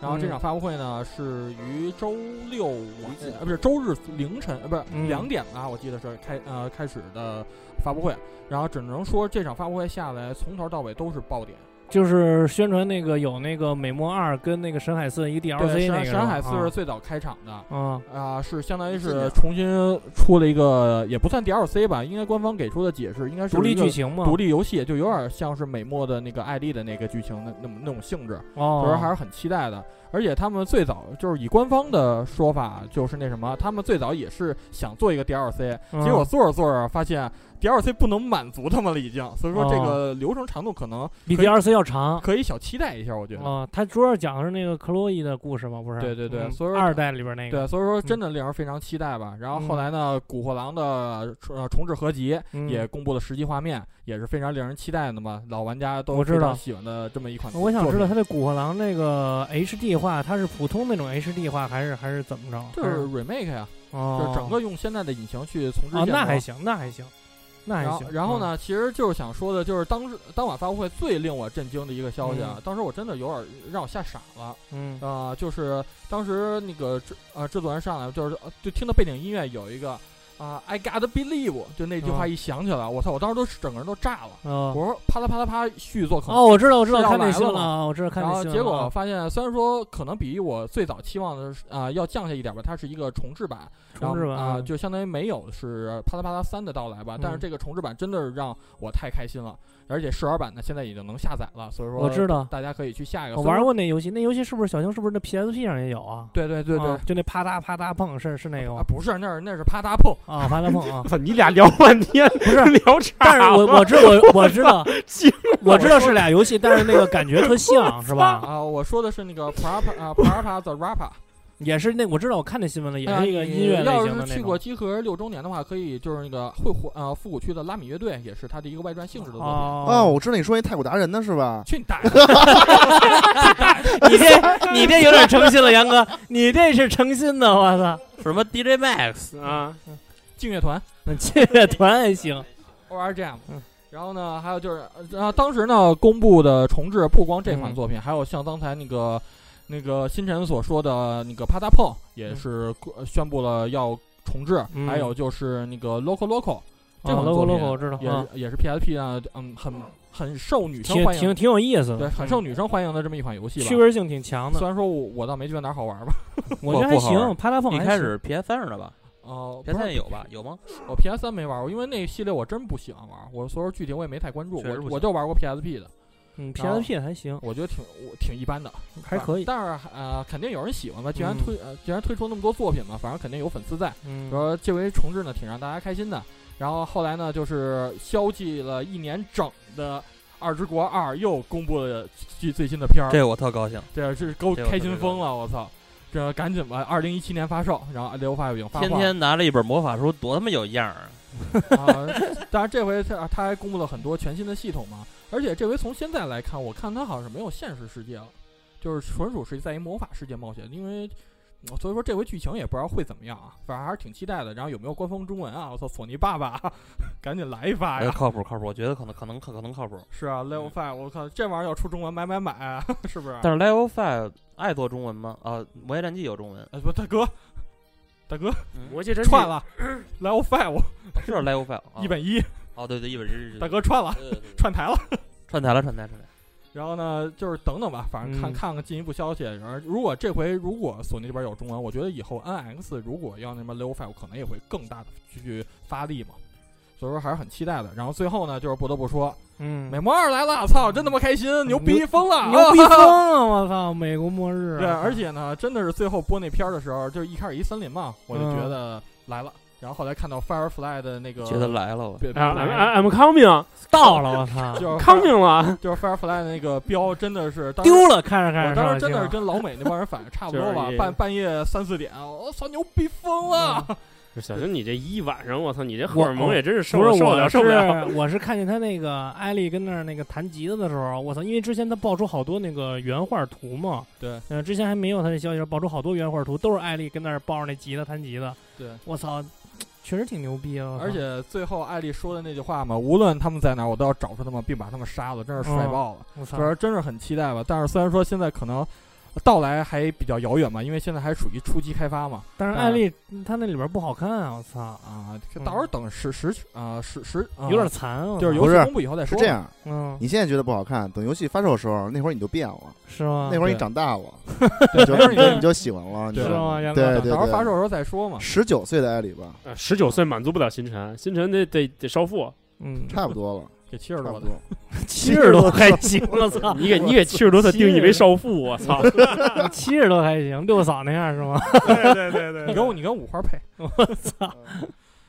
C: 然
B: 嗯
C: 后这场发布会呢是于周六晚呃不是周日凌晨呃不是
B: 嗯
C: 两点吧，我记得是开呃开始的发布会，然后只能说这场发布会下来从头到尾都是爆点。
B: 就是宣传那个有那个美墨二跟那个沈海四一个 DLC
C: 对，
B: 那个
C: 山
B: 是吧，
C: 山海四是
B: 啊
C: 最早开场的。
B: 啊，
C: 啊，是相当于
A: 自己
C: 是
A: 啊
C: 重新出了一个，也不算 DLC 吧，应该官方给出的解释应该是
B: 独立
C: 一个
B: 剧情嘛，
C: 独立游戏，就有点像是美墨的那个艾丽的那个剧情的那么那种性质。
B: 哦，
C: 所以还是很期待的。而且他们最早就是以官方的说法，就是那什么，他们最早也是想做一个 DLC，、
B: 嗯
C: 结果做着做着发现 DLC 不能满足他们了，已经。所以说
B: 哦
C: 这个流程长度可能
B: 比
C: 可以
B: DLC 要长
C: 可以小期待一下，我觉得。
B: 啊。他主要讲的是那个克洛伊的故事嘛，不是？
C: 对对对
B: 嗯
C: 所以说
B: 二代里边那个，
C: 对，所以说真的令人非常期待吧。然后
B: 嗯
C: 后来呢，《古惑狼》的呃重置合集
B: 嗯
C: 也公布了实际画面，也是非常令人期待的嘛。老玩家都
B: 我知
C: 非常
B: 道
C: 喜欢的这么一款作
B: 啊
C: 品。
B: 我想知道他这《古惑狼》那个 HD 画，它是普通那种 HD 画，还是还是怎么着？
C: 就是 remake 呀、
B: 嗯哦，
C: 就是整个用现在的引擎去重置
B: 哦，
C: 建
B: 那
C: 模
B: 还行，那还行，那还
C: 然后
B: 行。嗯
C: 然后呢，其实就是想说的，就是当时当晚发布会最令我震惊的一个消息啊，
B: 嗯
C: 当时我真的有点让我吓傻了
B: 嗯？嗯，
C: 啊、就是当时那个制啊、制作人上来就是呃就听到背景音乐有一个啊、i gotta believe，就那句话
B: 嗯
C: 一响起来，我操，我当时都整个人都炸了，我
B: 哦，
C: 说啪啦啪啦啪，续作可能。
B: 哦，我知道，我知道，
C: 呃是要
B: 看那
C: 来
B: 新
C: 了
B: 闻
C: 吗
B: 啊，我知道看
C: 然
B: 那
C: 后
B: 新闻了。啊
C: 结果发现，虽然说可能比我最早期望的是啊、要降下一点吧，它是一个重置版，然
B: 重
C: 后
B: 置版
C: 啊、就相当于没有是啪嗒啪嗒三的到来吧。但是
B: 嗯
C: 这个重置版真的是让我太开心了，而且试玩版呢现在已经能下载了，所以说
B: 我知道，
C: 大家可以去下一个。
B: 我
C: 虽然
B: 玩过那游戏，那游戏是不是小星？是不是那 PSP 上也有啊？
C: 对对对对，
B: 啊就那啪嗒啪嗒碰，是是那个
C: 啊
B: 吗？
C: 不是，那是那是啪嗒碰，
B: 啊，啪嗒 碰啊
E: 操你俩聊半天
B: 不是
E: 聊岔
B: 但
E: 了，
B: 是我 我知我我知道
E: 惊，
B: 我知道是俩游戏，但是那个感觉特 像，是吧？
C: 啊，我说的是那个 Prapa 啊 Prapa the Rapa，
B: 也是那我知道，我看那新 闻了，也
C: 哎呀
B: 是一个
C: 你
B: 音乐类
C: 要
B: 型
C: 是
B: 的那
C: 去
B: 种
C: 过。集合六周年的话，可以就是那个会火呃复古区的拉米乐队，也是它的一个外传性质的作品。
A: 哦，
B: 哦，
A: 我知道你说一太古达人的是吧？
C: 去你大爷！
B: 你这你这有点诚心了，杨哥，你这是诚心的，我操！
F: 什么 DJ Max，
E: 啊，
C: 劲乐团
B: 那这个团还行，
C: ORGM
B: 嗯。
C: 然后呢，还有就是，呃然后当时呢公布的重置不光这款
B: 嗯
C: 作品，还有像刚才那个那个星辰所说的那个啪嗒碰，也
B: 嗯
C: 是公、呃宣布了要重置，
B: 嗯
C: 还有就是那个 Loco Loco 这
B: 啊
C: 款
B: logo
C: 作品
B: logo 我知道
C: 也是、
B: 啊，
C: 也是 PSP 上嗯很很受女生
B: 挺
C: 欢
B: 挺
C: 迎，
B: 挺有意思
C: 对，
B: 的，嗯
C: 很受女生欢迎的这么一款游戏
B: 趣
C: 吧。
B: 味性挺强
C: 虽
B: 的，
C: 然说我我倒没觉得哪儿好玩吧，
B: 我觉得还
F: 不好玩
B: 行。啪嗒碰
F: 一
B: 还
F: 开
B: 行
F: 始 PS 三上的吧
C: 哦、
F: ，PS
C: 不
F: 三
C: 是
F: 有吧？有吗？
C: 我 PS 三没玩过，因为那系列我真不喜欢玩，我所以说具体我也没太关注，
F: 确实
C: 我
F: 不
C: 我
F: 行
C: 就玩过 PSP 的，
B: 嗯
C: 然后
B: PSP 还行，
C: 我觉得挺我挺一般的。
B: 还可以。
C: 但是呃，肯定有人喜欢吧？既然
B: 嗯
C: 推、呃，既然推出那么多作品嘛，反正肯定有粉丝在。
B: 嗯，
C: 说这回重置呢，挺让大家开心的。然后后来呢，就是消寂了一年整的《二之国二》又公布了最最新的片儿，
F: 这我特高兴，
C: 这这给我
F: 这我特
C: 开
F: 别
C: 心疯了，我操！这赶紧吧，二零一七年发售，然后流发已经发
F: 天
C: 货了。
F: 天拿着一本魔法书，多他妈有样儿啊！
C: 啊，当然这回他啊他还公布了很多全新的系统嘛，而且这回从现在来看，我看他好像是没有现实世界了，就是纯属是在一魔法世界冒险，因为。嗯所以说这回剧情也不知道会怎么样啊，反正还是挺期待的。然后有没有官方中文啊？我操，索尼爸爸， 赶紧来一发
F: 哎嗯
C: 呀！
F: 靠谱靠谱，我觉得可能可能可能靠谱。
C: 是啊，Level Five，我靠，这玩意儿要出中文，买买买啊， 是不是？
F: 但是 Level Five 爱做中文吗？啊，《魔界战记》有中文，
C: 呃，不，大哥，大哥
B: 嗯
E: 魔界真
C: 串 了，Level Five
F: 是 Level Five 啊
C: 一本一，
F: 哦，对对，一本是
C: 大哥串了，串台了。
F: 串台了，串台串台。
C: 然后呢，就是等等吧，反正
B: 嗯
C: 看看看进一步消息。然后，如果这回如果索尼这边有中文，我觉得以后 NX 如果要那什么 Level Five，可能也会更大的去发力嘛。所以说还是很期待的。然后最后呢，就是不得不说，
B: 嗯，
C: 美魔二来了，操，真他妈开心，牛逼疯了，
B: 牛逼
C: 啊
B: 疯了！我操，美国末日啊！
C: 对，而且呢，真的是最后播那片儿的时候，就是一开始一森林嘛，我就觉得来了。然后后来看到 Firefly 的那个，
F: 觉得来了我。
C: 别
E: 啊
C: 来
E: ，I'm I'm coming
B: 到了，我操，
C: 就是
E: coming 了，
C: 就是 Firefly 的那个标，真的是当时
B: 丢了，看着看着
C: 我当
B: 上
C: 时
B: 去
C: 真的是
B: 了，
C: 跟老美那帮人反应差不多吧
E: 就是，
C: 半半夜三四点，我操，牛逼疯了！
E: 小兄，你这一晚上，我操，你这荷尔
B: 我
E: 蒙也真是受
B: 不是
E: 受不了
B: 我
E: 受不了。
B: 是我是看见他那个艾丽跟那儿那个弹吉他的时候，我操！因为之前他爆出好多那个原画图嘛，
C: 对，
B: 呃，之前还没有他那消息，时候，爆出好多原画图，都是艾丽跟那儿抱着那吉他弹吉他，
C: 对，
B: 我操，确实挺牛逼啊！我操
C: 而且最后艾丽说的那句话嘛，无论他们在哪儿，我都要找出他们并把他们杀了，真是帅爆了。
B: 我操
C: 主，要真是很期待吧。但是虽然说现在可能到来还比较遥远嘛，因为现在还属于初期开发嘛。
B: 但是艾丽她那里边不好看啊，我操，
C: 啊，到时候等十十啊十十
B: 有点残，啊我操
C: 就是游
A: 不
C: 戏
A: 是
C: 公布以后再
A: 是
C: 说。
A: 这，样，
B: 嗯，
A: 你现在觉得不好看，等游戏发售的时候，那会儿你就变了，
B: 是吗？
A: 那会儿你
C: 对
A: 长大了，
C: 对，
A: 就
C: 到时候
A: 你
C: 你再
A: 就喜欢了，你
C: 对
A: 知
B: 是
A: 道吗？
B: 吗？杨
A: 对
B: 哥，
C: 到时候发售的时候再说嘛。
A: 十九岁的艾里吧，
E: 十九岁满足不了新辰，新辰得得得少妇，
B: 嗯，
A: 差 不多了，
C: 给七十
A: 差
C: 多
A: 不
C: 的
A: 多，
B: 七十多还行， 我操，
E: 你给你给七十多岁定义为少妇，我操！
B: 七十多还行，六嫂那样是吗？
D: 对对对对
C: 你跟我你跟五花配。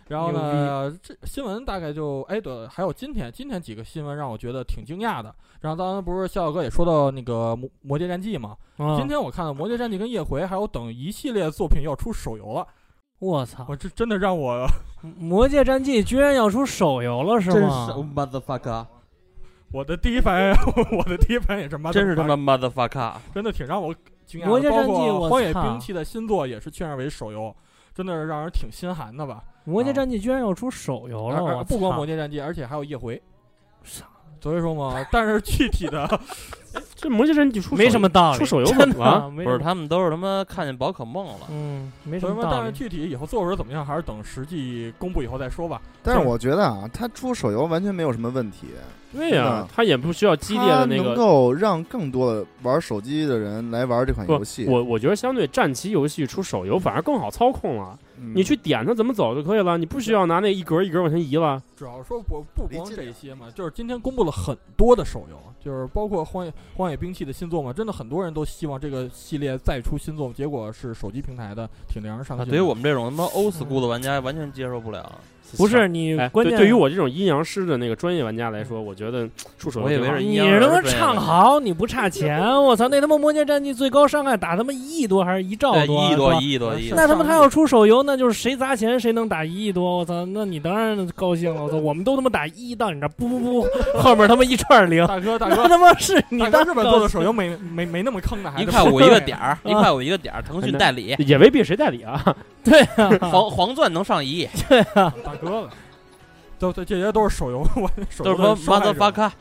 C: 然后呢，这新闻大概就哎对了，还有今天今天几个新闻让我觉得挺惊讶的。然后当然不是笑笑哥也说到那个魔魔界战记嘛，今
B: 嗯，
C: 天我看到魔界战记跟夜回还有等一系列作品要出手游了，
B: 我操，
C: 我这真的让我
B: 《魔界战记》居然要出手游了是
F: 真是
B: 吗？
F: motherfucker，
C: 我的第一反应我的第一反应也是妈的
F: 真是他妈 motherfucker！
C: 真的挺让我惊
B: 魔
C: 讶
B: 界
C: 的，包
B: 战记
C: 括
B: 我
C: 《荒野
B: 操
C: 兵器》的新作也是确认为手游，真的是让人挺心寒的吧？
B: 《魔界战记》居然要出手游了，
C: 而而
B: 哦我
C: 不光《魔
B: 界，
C: 界战记》，而且还有《夜回》
B: 操。
C: 所以说嘛，但是具体 的
E: 这魔界战记出手
B: 没什么道理，
E: 出手游
B: 真
E: 怎么
B: 的
E: 了？
B: 没
F: 不是，
B: 什么
F: 他们都是他妈看见宝可梦了。
B: 嗯，没什
C: 所以
B: 么
C: 说，但
B: 道
C: 是
B: 理。
C: 具体以后做出来怎么样，还是等实际公布以后再说吧。
A: 但是我觉得啊，它出手游完全没有什么问题，
E: 对
A: 真
E: 呀
B: 嗯
A: 的，
E: 他也不需要激烈的那
A: 它能
E: 个。
A: 够让更多的玩手机的人来玩这款
E: 不
A: 游戏。，
E: 我我觉得相对战棋游戏出手游反而更好操控了，
A: 嗯
E: 你去点它怎么走就可以了，你不需要拿那一格一格往前移了。
C: 主要说不不
A: 离
C: 光
A: 近
C: 这
A: 点
C: 些嘛，就是今天公布了很多的手游，就是包括荒野荒野兵器的新作嘛，真的很多人都希望这个系列再出新作，结果是手机平台的挺令人伤
F: 啊，
C: 心的。
F: 对于我们这种他妈 old school 的玩家，完全接受不了。
B: 不是你
E: 哎，
B: 嗯关
E: 对
B: 键
E: 对于我这种阴阳师的那个专业玩家来说，我觉得出手游
F: 我以
E: 挺
F: 为
E: 好
F: 是
B: 你
F: 阴阳
B: 他妈
F: 人
B: 唱好，你不差钱，我操！那他妈《魔界战记》最高伤害打他妈一亿多还是一兆
F: 对，
B: 多啊？
F: 一亿多，
B: 是吧
F: 一亿多，一亿多
B: 那他妈他要出手游，那就是谁砸钱谁能打一亿多，我操！那你当然高兴了，我操！我们都他妈打一亿到你这儿，不不不，后面他妈一串 零，
C: 大哥大
B: 那
C: 哥，
B: 他妈是你
C: 大
B: 当
C: 哥日本做的手游没没没那么坑的，还
F: 一
C: 是
F: 块
C: 不
F: 五
C: 错
F: 一个
C: 的
F: 点儿，一块五一个点儿，腾讯代理，
E: 也未必谁代理啊。
B: 对啊，
F: 黄黄钻能上一亿，
C: 大哥了。都对，这些都是手游，我手
F: 都
C: 游
F: 是说
C: 的受害者
F: motherfucker，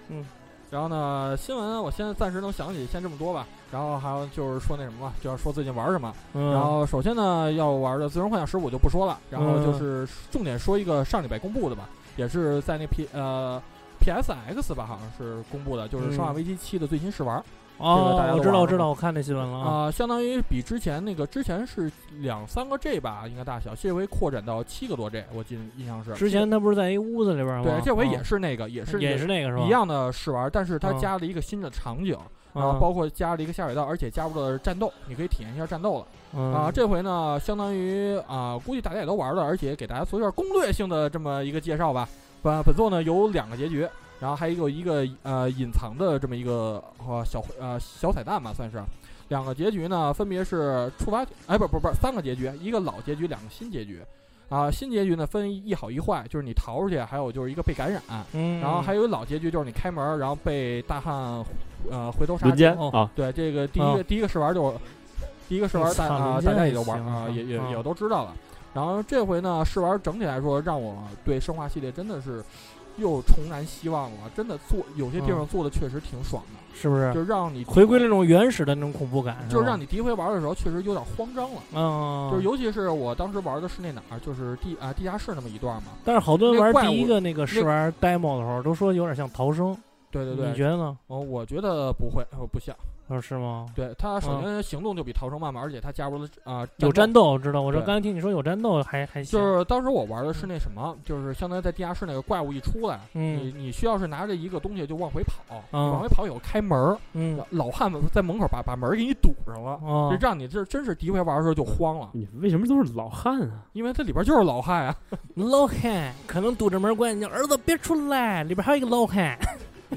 C: 然后呢，新闻我现在暂时能想起，先这么多吧。然后还有就是说那什么吧，就要说最近玩什么。然
B: 嗯
C: 后首先呢，要玩的《最终幻想十五》就不说了，然后
B: 嗯
C: 就是重点说一个上礼拜公布的吧，也是在那 P 呃 PSX 吧，好像是公布的，就是《生化
B: 嗯
C: 危机七》的最新试玩这个大
B: 哦，
C: 家都
B: 我知道
C: 玩
B: 我知
C: 了
B: 道，
C: 吗
B: 我看那新闻了啊，
C: 啊、相当于比之前那个之前是两三个 G 吧，应该大小，这回扩展到七个多 G，我记得印象是。
B: 之前他不是在一屋子里边吗？
C: 啊对，这回也
B: 啊
C: 是那个，也是
B: 也是那个是吧？
C: 一，样的试玩，但是它
B: 嗯
C: 加了一个新的场景，然后包括加了一个下水道，而且加入了战斗，你可以体验一下战斗了。啊，
E: 嗯
B: 啊
C: 这回呢，相当于啊，估计大家也都玩了，而且给大家做一下攻略性的这么一个介绍吧。本本作呢有两个结局，然后还有一个呃隐藏的这么一个呃小呃小彩蛋吧，算是。两个结局呢，分别是触发哎不不不三个结局，一个老结局，两个新结局。啊，新结局呢分一好一坏，就是你逃出去，还有就是一个被感染，
B: 嗯，
C: 然后还有老结局就是你开门，然后被大汉呃回头杀
E: 轮奸
B: 哦
E: 啊，
C: 对，这个第一个、第一个试玩就第一个试玩大
B: 操轮
C: 啊，大
B: 奸
C: 家也
B: 也
C: 都玩
B: 行
C: 啊，也也
B: 啊
C: 也都知道了。然后这回呢，试玩整体来说，让我对生化系列真的是又重燃希望了。真的做有些地方做的确实挺爽的，
B: 是不嗯是
C: 就让你
B: 回归那种原始的那种恐怖感？
C: 就是
B: 吧
C: 让你第一回玩的时候确实有点慌张了。
B: 嗯，
C: 就是尤其是我当时玩的是那哪儿，就是地啊地下室那么一段嘛。
B: 但是好多人
C: 那
B: 玩
C: 怪
B: 第一
C: 物
B: 个那个试玩 demo 的时候，都说有点像逃生，
C: 对对
B: 你
C: 对，
B: 觉得呢？
C: 哦，我觉得不会，呃不像。
B: 哦，是吗？
C: 对他首先行动就比逃生慢嘛，而且他加入了啊、
B: 嗯有
C: 战
B: 战斗，知道？我这
C: 对
B: 刚才听你说有战斗，还还行。
C: 就是当时我玩的是那什么，就是相当于在地下室那个怪物一出来，
B: 嗯
C: 你你需要是拿着一个东西就往回跑，
B: 嗯
C: 你往回跑有开门儿，
B: 嗯
C: 老老汉们在门口把把门儿给你堵上了，
B: 哦
C: 就，让你这真是第一回玩的时候就慌
B: 嗯
C: 了，
E: 你为什么都是老汉啊？
C: 因为它里边就是 老汉啊，
B: 老汉可能堵着门关，你儿子别出来，里边还有一个老汉。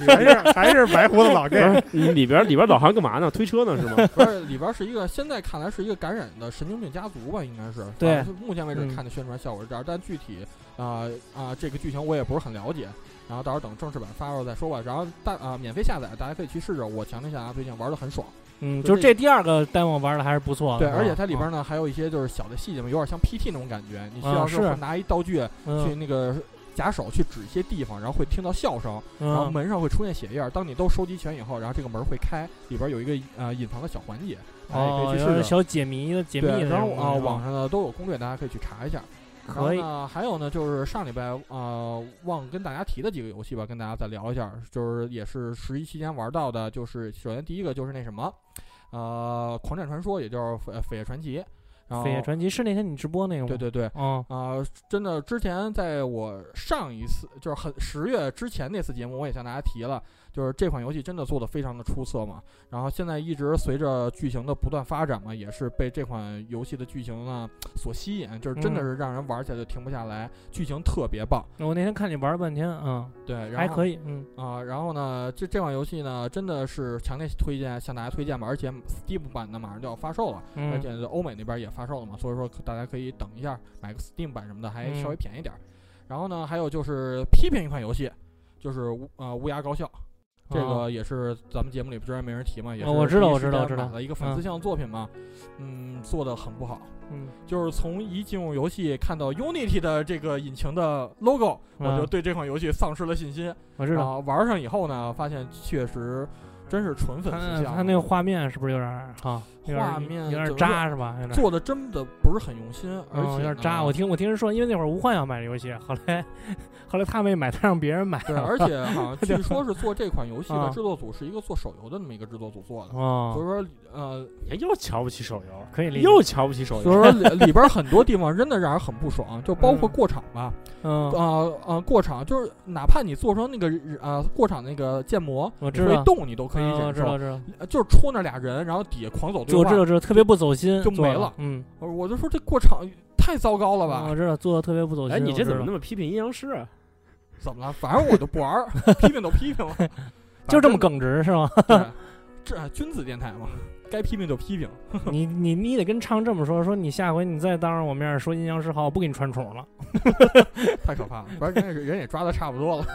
D: 还是还是白胡子老
E: 不
D: 这，
E: 是你嗯里边里边老汉干嘛呢？推车呢是 吗？
C: 不是里边是一个现在看来是一个感染的神经病家族吧，应该是。
B: 对
C: 啊目前为止
B: 嗯
C: 看的宣传效果是这样，但具体啊啊、这个剧情我也不是很了解，然后到时候等正式版发售再说吧。然后大啊、免费下载，大家可以去试试。我强烈向大家推荐，玩的很爽。
B: 嗯，就
C: 就
B: 是
C: 这
B: 这第二个单我玩的还是不错的。啊
C: 对，
B: 是吧
C: 而且它里边呢还有一些就是小的细节嘛，有点像 PT 那种感觉。你需
B: 啊
C: 要是
B: 是
C: 拿一道具去
B: 嗯
C: 那个假手去指一些地方，然后会听到笑声，然后
B: 嗯
C: 门上会出现血印儿。当你都收集全以后，然后这个门会开，里边有一个呃隐藏的小环节，大家也
B: 哦
C: 可以，去
B: 有
C: 试
B: 点
C: 试。
B: 小解谜的解密
C: 对，
B: 的那
C: 然后
B: 种
C: 啊、
B: 东西
C: 网上呢都有攻略，大家可以去查一下。然后
B: 可以
C: 呢，还有呢，就是上礼拜啊、呃忘跟大家提的几个游戏吧，跟大家再聊一下，就是也是十一期间玩到的，就是首先第一个就是那什么，呃，《狂战传说》，也叫《呃，《野传奇》，然后
B: 《飞夜传奇》是那天你直播那个吗？
C: 对对对。
B: 嗯，
C: 啊、真的，之前在我上一次就是很十月之前那次节目，我也向大家提了，就是这款游戏真的做的非常的出色嘛。然后现在一直随着剧情的不断发展嘛，也是被这款游戏的剧情呢所吸引，就是真的
B: 嗯
C: 是让人玩起来就停不下来，剧情特别棒。
B: 我那天看你玩了半天，嗯，
C: 对，然后
B: 还可
C: 以
B: 以，嗯，
C: 啊、然后呢，这这款游戏呢，真的是强烈推荐向大家推荐吧，而且 Steam 版呢马上就要发售了。而
B: 嗯
C: 且欧美那边也发售了嘛，所以说可大家可以等一下买个 Steam 版什么的，还
B: 嗯
C: 稍微便宜点儿。然后呢，还有就是批评一款游戏，就是乌呃乌鸦高校，这
B: 哦
C: 个也是咱们节目里之前没人提嘛，也是
B: 哦我知道
C: 第一
B: 我知
C: 时间
B: 道知道
C: 买了一个粉丝向的作品嘛，嗯，做的很不好。
B: 嗯
C: 就是从一进入游戏看到 Unity 的这个引擎的 logo，、我就对这款游戏丧失了信心。
B: 嗯我知
C: 然
B: 道，
C: 后玩上以后呢，发现确实真是纯粉丝
B: 他
C: 向，
B: 他那个画面是不是有点儿哈？有点儿
C: 画面
B: 有点儿
C: 怎么
B: 渣是吧？有点儿。
C: 做的真的不是很用心，而
B: 嗯
C: 且
B: 有点
C: 呢
B: 渣，我听我听人说，因为那会儿吴幻要买这游戏，后来后来他没买，他让别人买
C: 对，
B: 了。
C: 而且 好像据说是做这款游戏
B: 啊
C: 的制作组是一个做手游的那么一个制作组做的，所
B: 哦，
C: 以说呃，
E: 哎又瞧不起手游，
B: 可以理解。
E: 又瞧不起手
C: 所以
E: 游。
C: 说里里边很多地方真的让人很不爽，就包括
B: 嗯
C: 过场吧，
B: 嗯，
C: 呃呃，过场就是哪怕你做成那个呃过场那个建模
B: 我
C: 你
B: 知
C: 会
B: 道
C: 动，你都可以
B: 嗯
C: 忍
B: 知道
C: 受，
B: 知道，
C: 呃就是戳那俩人，然后底下狂走对
B: 我
C: 话
B: 知，道知道，特别不走心，
C: 就
B: 做
C: 没
B: 的
C: 了
B: 嗯，
C: 我我就说这过场太糟糕了
B: 嗯我
C: 吧，
B: 知道做的特别不走心。
E: 哎，你这
B: 我知
E: 怎么
B: 道
E: 那么批评阴阳师啊？
C: 怎么了？反正我就不玩 儿，批评都批评了，
B: 就这么嗯
C: 梗，
B: 耿直 是吗？
C: 对这呃君子电台嘛，该批评就批评。
B: 你你你得跟唱这么说，说你下回你再当着我面说阴阳师好，我不给你穿宠了。
C: 太可怕了！反正人也人也抓的差不 多了，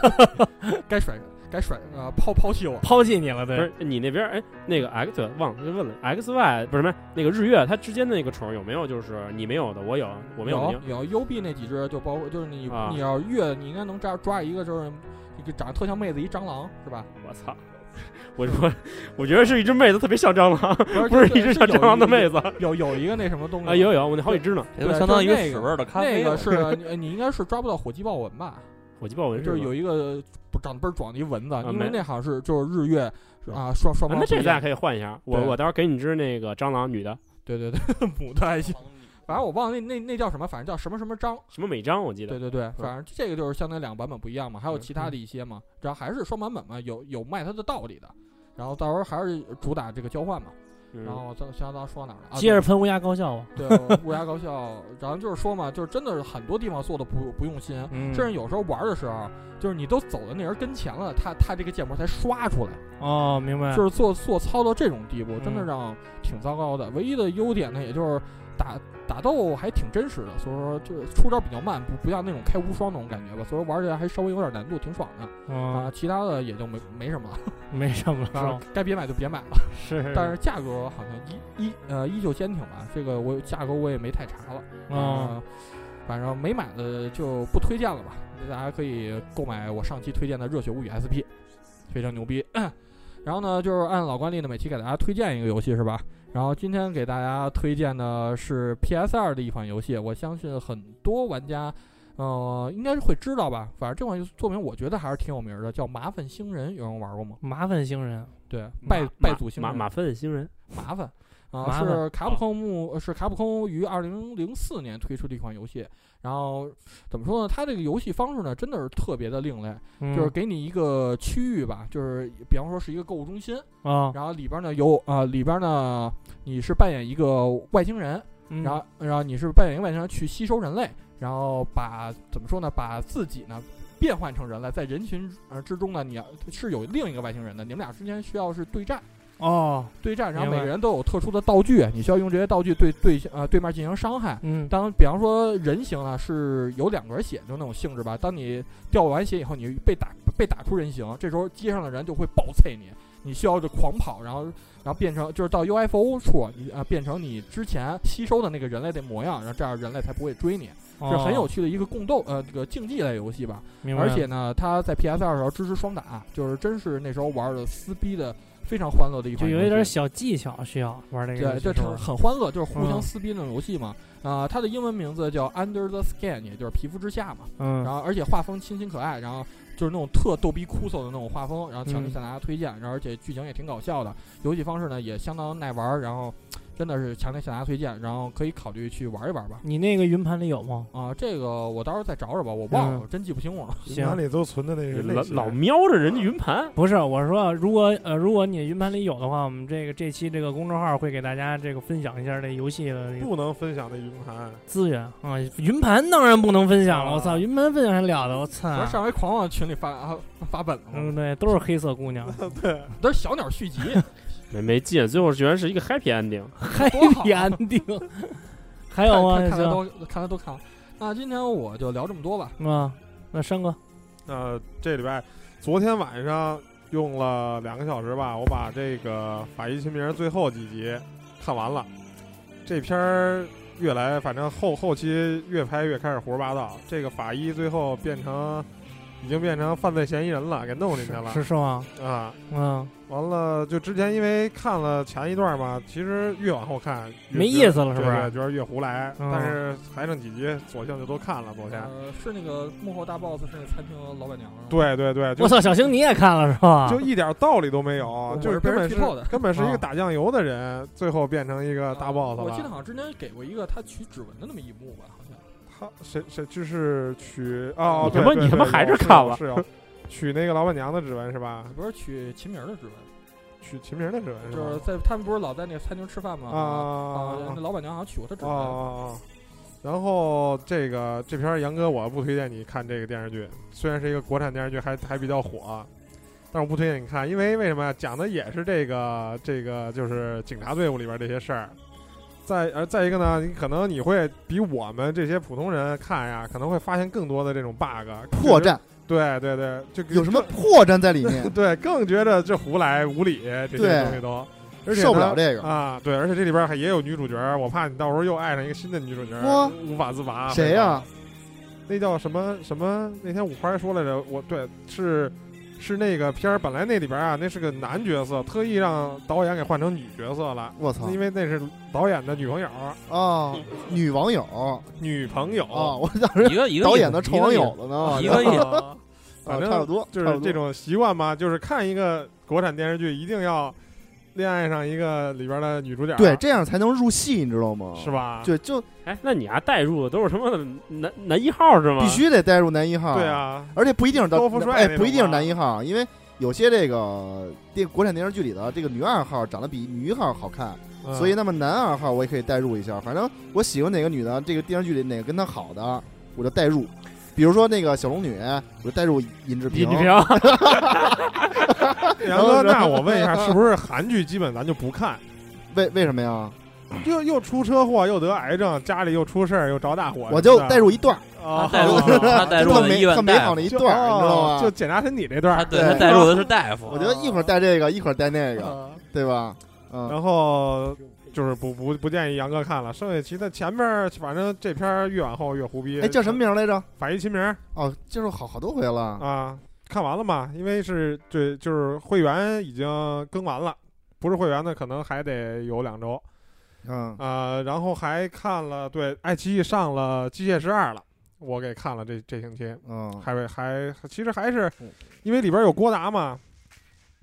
C: 该甩该甩呃抛抛弃我。
B: 抛弃你了，
E: 不
B: 对
E: 是，你那边哎，那个 X 忘了就问了，X Y 不是什么那个日月，它之间那个宠有没有就是你没有的，我有，我没有的你有
C: 有有 U B 那几只就包括就是你、
E: 啊
C: 你要越你应该能抓抓一个就是一个长得特像妹子一蟑螂是 吧？
E: 我操！我我我觉得是一只妹子，特别像蟑螂，
C: 不是
E: 不是
C: 就
E: 一只像蟑螂的妹子啊！啊
C: 有有一个那什么东西
E: 有有，我那好几只呢。
F: 这就
C: 对
F: 相当于
C: 就是那个
F: 屎味儿的咖
C: 那
F: 啡
C: 个
F: 了。
C: 是你你应该是抓不到火鸡豹纹吧？
E: 火鸡豹纹
C: 就是
E: 吧
C: 有一个不长得倍儿壮的一蚊子，
E: 啊
C: 因为
E: 没
C: 那好像是就是日月啊双双
E: 啊
C: 胞
E: 那这
C: 胎
E: 咱俩可以换一下，我
C: 对
E: 我到时候给你只那个蟑螂女的，
C: 对对对 母的还行，反正我忘了那那那叫什么，反正叫什么什么章。
E: 什么美章我记得
C: 对。对对，反正这个就是相当于两个版本不一样嘛，还有其他的一些嘛，然后还是双版本嘛，有有卖它的道理的。然后到时候还是主打这个交换嘛。
E: 嗯
C: 然后咱相当说到哪儿了？啊、
B: 接着喷乌鸦高校吧。
C: 对对乌鸦高校，然后就是说嘛，就是真的是很多地方做的不不用心，
B: 嗯，
C: 甚至有时候玩的时候，就是你都走到那人跟前了，他他这个建模才刷出来，
B: 哦，明白。
C: 就是做做操到这种地步，真的
B: 嗯
C: 让挺糟糕的。唯一的优点呢，也就是打打斗还挺真实的，所以说就是出招比较慢，不不像那种开无双那种感觉吧，所以说玩起来还稍微有点难度，挺爽的啊
B: 嗯，。
C: 其他的也就没没什么了，
B: 没什么了，是吧
C: 啊 该别买就别买了。
B: 是是。
C: 但是价格好像依依呃依旧坚挺吧，这个我价格我也没太查了
B: 哦
C: 啊，反正没买的就不推荐了吧，大家可以购买我上期推荐的《热血物语 SP》，非常牛逼。 然后呢，就是按老惯例呢，每期给大家推荐一个游戏是吧？然后今天给大家推荐的是 PS 二的一款游戏，我相信很多玩家。呃，应该是会知道吧。反正这款作品我觉得还是挺有名的，叫《麻烦星人》，有人玩过吗？
B: 麻烦星人，
C: 对，拜拜祖星
E: 马
C: 人，
E: 马粪星人，
C: 麻烦。啊，
B: 麻
C: 是
B: 烦
C: 卡普空呃是卡普空于二零零四年推出的一款游戏，然后怎么说呢？它这个游戏方式呢，真的是特别的另类，
B: 嗯
C: 就是给你一个区域吧，就是比方说是一个购物中心，
B: 啊，
C: 然后里边呢有啊、里边呢你是扮演一个外星人，
B: 嗯
C: 然后然后你是扮演一个外星人去吸收人类，然后把怎么说呢，把自己呢变换成人类，在人群呃之中呢，你要是有另一个外星人的，你们俩之间需要是对战。
B: 哦，
C: 对战，然后每
B: 明白
C: 个人都有特殊的道具，你需要用这些道具对对呃对面进行伤害。
B: 嗯，
C: 当比方说人形啊是有两格血，就那种性质吧。当你掉完血以后，你被打被打出人形，这时候街上的人就会暴揍你，你需要就狂跑，然后然后变成就是到 UFO 处，你啊、变成你之前吸收的那个人类的模样，然后这样人类才不会追你。
B: 哦
C: 是很有，趣的一个共斗呃这个竞技类游戏吧。
B: 明白
C: 而且呢，它在 PS 二时候支持双打，就是真是那时候玩的撕逼的非常欢乐的一
B: 就
C: 款游戏。
B: 有一点小技巧需要玩这个游
C: 对，
B: 戏，
C: 这
B: 是
C: 很
B: 吧
C: 很欢乐，就是互相
B: 嗯
C: 撕逼那种游戏嘛。啊、它的英文名字叫 Under the Skin，也就是皮肤之下嘛。然
B: 嗯，
C: 后而且画风清新可爱，然后就是那种特逗逼酷搜的那种画风，然后强烈
B: 嗯
C: 向大家推荐。然后而且剧情也挺搞笑的，游戏方式呢也相当耐玩儿，然后真的是强烈向大家推荐，然后可以考虑去玩一玩吧。
B: 你那个云盘里有吗？
C: 啊、这个我到时候再找找吧，我忘了，
B: 嗯
C: 我真记不清 了。
B: 行
D: 哪里都存的那个类
E: 老
D: 型
E: 老瞄着人家云盘，
B: 不是，我是说，如果呃，如果你云盘里有的话，我们这个这期这个公众号会给大家这个分享一下这游戏的这个
D: 不能分享的云盘，
B: 资源啊。云盘当然不能分享了，
D: 啊
B: 我操，云盘分享还了得，我
C: 我
B: 操
C: 说。上回狂妄群里发啊发本了
B: 啊嗯，
C: 嘛，
B: 对，都是黑色姑娘，
D: 对，
C: 都是小鸟续集，
E: 没没劲，最后居然是一个 happy ending。
B: 黑
C: 多好啊
B: 眼 定。 还有吗？
C: 看看看来
B: 行
C: 都看来都看了。那今天我就聊这么多吧。
B: 啊，那山哥，
D: 那这礼拜昨天晚上用了两个小时吧，我把这个《法医秦明》最后几集看完了。这片儿越来，反正后后期越拍越开始胡说八道。这个法医最后变成已经变成犯罪嫌疑人了，给弄进去了
B: 是是吗？
D: 啊！
B: 嗯，
D: 完了，就之前因为看了前一段嘛，其实越往后看越
B: 没
D: 觉得
B: 意思了是不是
D: 对对觉得越胡来，
B: 嗯
D: 但是还剩几集，索性就都看了。昨天，
E: 嗯
C: 呃，是那个幕后大 boss 是那餐厅老板娘是吗？
D: 对对对，就
B: 我操，小星你也看了是吧？
D: 就一点道理都没有，就是
C: 是
D: 根
C: 被
D: 本
C: 人
D: 是
C: 剧透的啊
D: 根本是一
B: 啊
E: 嗯
D: 个打酱油的人，最后变成一个大 boss
C: 我记得
D: 了。嗯
C: 好像之前给过一个他取指纹的那么一幕吧，好像。
D: 他谁谁就是取哦，
E: 你
D: 对
E: 他妈
D: 对
E: 你他妈
D: 对
E: 还
D: 有
E: 是看
D: 有
E: 了
D: 是有取那个老板娘的指纹是吧？
C: 不是取秦明的指纹，
D: 取秦明的指纹
C: 就是
D: 吧？
C: 在他们不是老在那餐厅吃饭
E: 嗯
C: 吗？
D: 啊
C: 啊，那
D: 啊
C: 老板娘好像取过他指
D: 啊
C: 纹。
D: 啊！然后这个这片儿杨哥，我不推荐你看这个电视剧，虽然是一个国产电视剧，还还比较火，但是我不推荐你看，因为为什么呀？讲的也是这个这个就是警察队伍里边这些事儿。再而再一个呢，你可能你会比我们这些普通人看呀，可能会发现更多的这种 bug
A: 破。绽
D: 对对对，就？
A: 有什么破绽在里面
D: 对更觉得这胡来无理这些
A: 对
D: 东西都， 而且呢
A: 受不了这个，
D: 啊！对，而且这里边还也有女主角，我怕你到时候又爱上一个新的女主角
A: 哇，
D: 无法自拔。啊
A: 谁啊呀？
D: 那叫什么什么？那天五花还说来着，我对是是那个片儿，本来那里边啊，那是个男角色，特意让导演给换成女角色了，
A: 我操
D: 因为那是导演的女朋友，
A: 啊！女网友啊！
D: 女朋友
A: 我当时
F: 一个一个
A: 导
F: 意
A: 演
F: 思
A: 的臭网友了呢，我
F: 一
A: 操
F: 个意 思
D: 啊
A: 啊
D: 反正
A: 差不多，
D: 就是这种习惯吧，就是看一个国产电视剧，一定要恋爱上一个里边的女主角，
F: 啊
A: 对，这样才能入戏，你知道吗？
D: 是？吧？
A: 对，就
E: 哎，那你啊带入的都是他妈的男男一号是吗？
A: 必须得带入男一号。
D: 对，啊，
A: 而且不一定是到
D: 高富帅
A: 哎
D: 那，种
A: 不一定是
D: 吧
A: 男一号，因为有些这个电国产电视剧里的这个女二号长得比女一号好看，
D: 嗯
A: 所以那么男二号我也可以代入一下，反正我喜欢哪个女的，这个电视剧里哪个跟她好的，我就代入。比如说那个小龙女，我就代入尹志
E: 尹
A: 平
E: 志，平，
D: 杨哥，
A: 然后
D: 那我问一下，是不是韩剧基本咱就不看？
A: 为为什么呀？
D: 又又出车祸，又得癌症，家里又出事儿，又着大火，
A: 我就代入一段儿，
D: 啊，
F: 代入
D: 哦
F: 他代入
A: 特
F: 了医
A: 美
F: 院
A: 特美
F: 大
A: 好
F: 夫
A: 的一
D: 就
A: 段儿，你知道
D: 哦就
A: 吗？
D: 检查身体这段
F: 他
D: 儿，
F: 对
A: 对
F: 他带入的是大夫，
A: 我觉得一会儿带这个，一会儿带那个，
D: 啊
A: 对吧？嗯，
D: 然后就是不不不建议杨哥看了，剩下其他前面儿反正这片儿越往后越胡逼。
A: 哎，叫什么？名儿来着？
D: 法医秦明
A: 哦，接触好好多回了。
D: 啊，看完了嘛？因为是对，就是会员已经更完了，不是会员的可能还得有两周
A: 嗯，
D: 呃啊、然后还看了对，爱奇艺上了《机械师二》了。我给看了这这星期，
A: 嗯，
D: 还为还其实还是
A: 嗯
D: 因为里边有郭达嘛，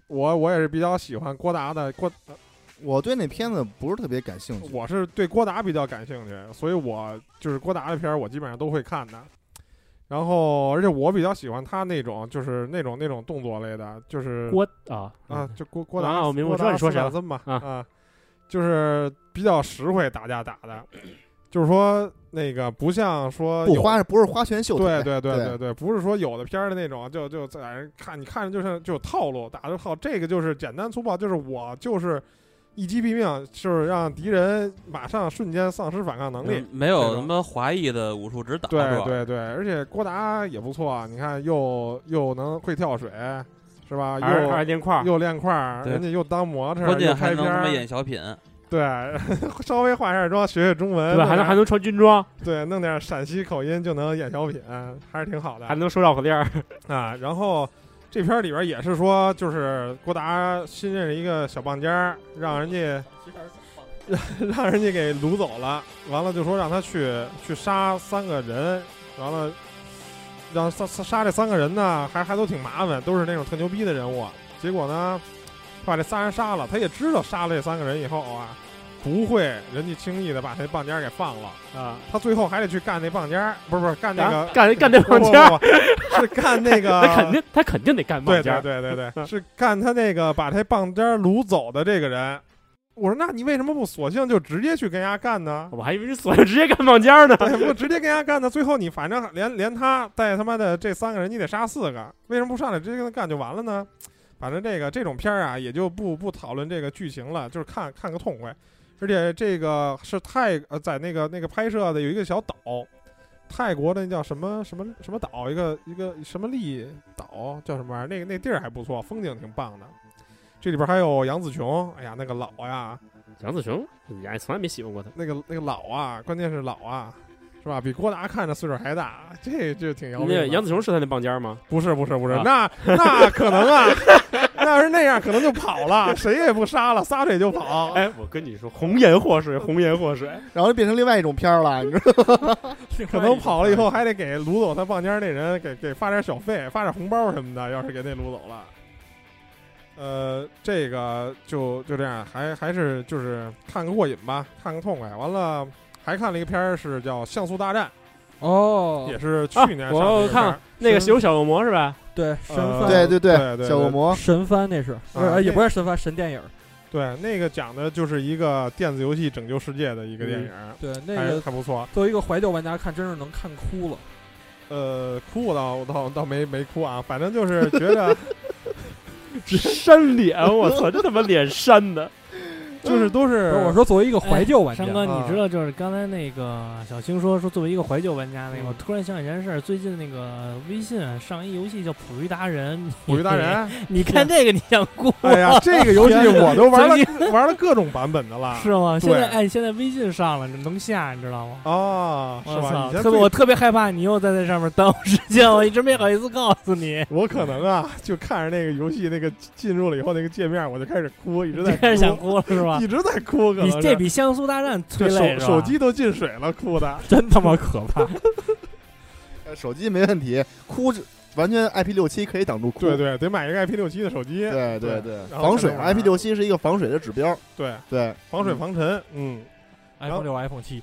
D: 我我也是比较喜欢郭达的郭，呃
A: 我对那片子不是特别感兴趣。
D: 我是对郭达比较感兴趣，所以我就是郭达的片儿我基本上都会看的。然后，而且我比较喜欢他那种，就是那种那种动作类的，就是
E: 郭啊
D: 啊，就郭郭达
E: 啊我明白
D: 郭
E: 我知道
D: 达
E: 你说谁
D: 斯坦
E: 了
D: 森嘛
E: 啊
D: 啊，就是比较实惠打架打的，就是说那个不像说
A: 不
D: 有
A: 花不是花拳绣腿，
D: 对对对
A: 对
D: 对对，不是说有的片儿的那种，就就在人看你看着就像就有套路，打的套，这个就是简单粗暴，就是我就是一击毙命，就是让敌人马上瞬间丧失反抗能力。
F: 嗯没
D: 那
F: 有什
D: 种
F: 么华裔的武术指导，
D: 对
F: 是吧？
D: 对对，而且郭达也不错，啊你看又又能会跳水，是吧？
E: 还是还是
D: 又
E: 练块儿，
D: 又练块儿，
F: 对
D: 人家又当模特儿，
F: 关
D: 又
F: 键
D: 拍
F: 还能
D: 片
F: 他妈
D: 儿，
F: 演小品，
D: 对， 稍微化下妆，学学中文，
E: 对吧？
D: 弄
E: 还能
D: 点
E: 还能穿军装，
D: 对，弄点陕西口音就能演小品，还是挺好的。
E: 还能收绕口令儿，
D: 啊，然后这片儿里边儿也是说，就是郭达新认识一个小棒尖儿，让人家 让人家给掳走了，完了就说让他去去杀三个人，完了让杀杀杀这三个人呢，还还都挺麻烦，都是那种特牛逼的人物。结果呢，把这仨人杀了，他也知道杀了这三个人以后啊，不会人家轻易的把那棒尖儿给放了啊，他最后还得去干那棒尖儿，不是不是干那个。
E: 啊干 干这
D: 不
E: 棒
D: 不
E: 尖儿，，
D: 不不是干那个
E: 他肯定他肯定得干棒
D: 对
E: 尖
D: 对
E: 儿，
D: 对对对，是干他那个把这棒尖儿掳走的这个人。我说，那你为什么不索性就直接去跟人家干呢？
E: 我还以为是锁着直接干棒尖儿呢，
D: 对，不直接跟人家干呢？最后你反正连连他带他妈的这三个人，你得杀四个，为什么不上来直接跟他干就完了呢？反正这个这种片儿啊，也就不不讨论这个剧情了，就是看看个痛快。而且这个是泰呃，在那个那个拍摄的有一个小岛，泰国的那叫什么什么什么岛，一个一个什么利岛叫什么玩意儿？那个那地儿还不错，风景挺棒的。这里边还有杨紫琼，哎呀，那个老呀，
E: 杨子雄，你还从来没喜欢过他，
D: 那个那个老啊，关键是老啊，是吧？比郭达看着岁数还大，这就挺摇
E: 那
D: 命的。
E: 个杨子雄是他那棒尖儿吗？
D: 不是不是不是，
E: 啊
D: 那那可能啊， 那要是那样可能就跑了，谁也不杀了，撒腿就跑。
E: 哎，我跟你说，红颜祸水，红颜祸水，
A: 然后就变成另外一种片儿了，你知道吗？
D: 可能跑了以后还得给掳走他棒尖儿那人给给发点小费，发点红包什么的，要是给那掳走了。呃，这个就就这样，还还是就是看个过瘾吧，看个痛快。完了，还看了一个片儿，是叫《像素大战》，
C: 哦，
D: 也是去
E: 啊
D: 年上的
E: 我
D: 一个片
E: 看
D: 儿
E: 了那个《血肉小恶魔》是吧？
C: 对，神
D: 呃
C: 番，
A: 对
D: 对对对
A: 对，小恶魔，
C: 神番那是，不
D: 啊
C: 是也
D: 那
C: 不是神番，神电影儿。
D: 对，那个讲的就是一个电子游戏拯救世界的一个电影，
B: 嗯
C: 对，那
D: 还
C: 个
D: 还不错。
C: 作为一个怀旧玩家看，真是能看哭了。
D: 呃，哭我倒我倒倒没没哭啊，反正就是 觉得
E: 扇脸，我操，这他妈脸扇的，
D: 就是都
C: 不
D: 是
C: 是，我说作为一个怀旧玩家
B: 山，哥，
D: 啊
B: 你知道就是刚才那个小青说说，作为一个怀旧玩家，那个
D: 嗯
B: 我突然想起一件事儿，最近那个微信上一游戏叫《捕鱼达人》，
D: 捕鱼达，人，
B: 你看这个你想哭？
D: 哎呀，这个游戏我都玩
B: 曾
D: 了玩了各种版本的了
B: 是吗？现在
D: 对
B: 哎，现在微信上了，你能下，你知道吗？
D: 啊，是
B: 我
D: 吧？
B: 操，
D: 以前
B: 特别
D: 最。
B: 我特别害怕你又在那上面耽误时间，我一直没好意思告诉你
D: 我可能啊，就看着那个游戏那个进入了以后那个界面，我就开始哭，一直
B: 你
D: 在
B: 开始想
D: 哭
B: 哭了是 吧
D: 一？直在哭，可
B: 你
D: 能
B: 这
D: 是
B: 比像素大战催
D: 这
B: 泪
D: 手
B: 是吧
D: 手机都进水了，哭的。
B: 真他妈可怕！
A: 呃手机没问题，哭是完全 IP 六七可以挡住哭。
D: 对对，得买一个 IP 六七的手机，
A: 对
D: 对
A: 对，
D: 然后
A: 防水
D: 才能玩
A: ，IP 六七是一个防水的指标，
D: 对，
A: 对，
D: 防水防尘，嗯。
C: iPhone 六、iPhone 七，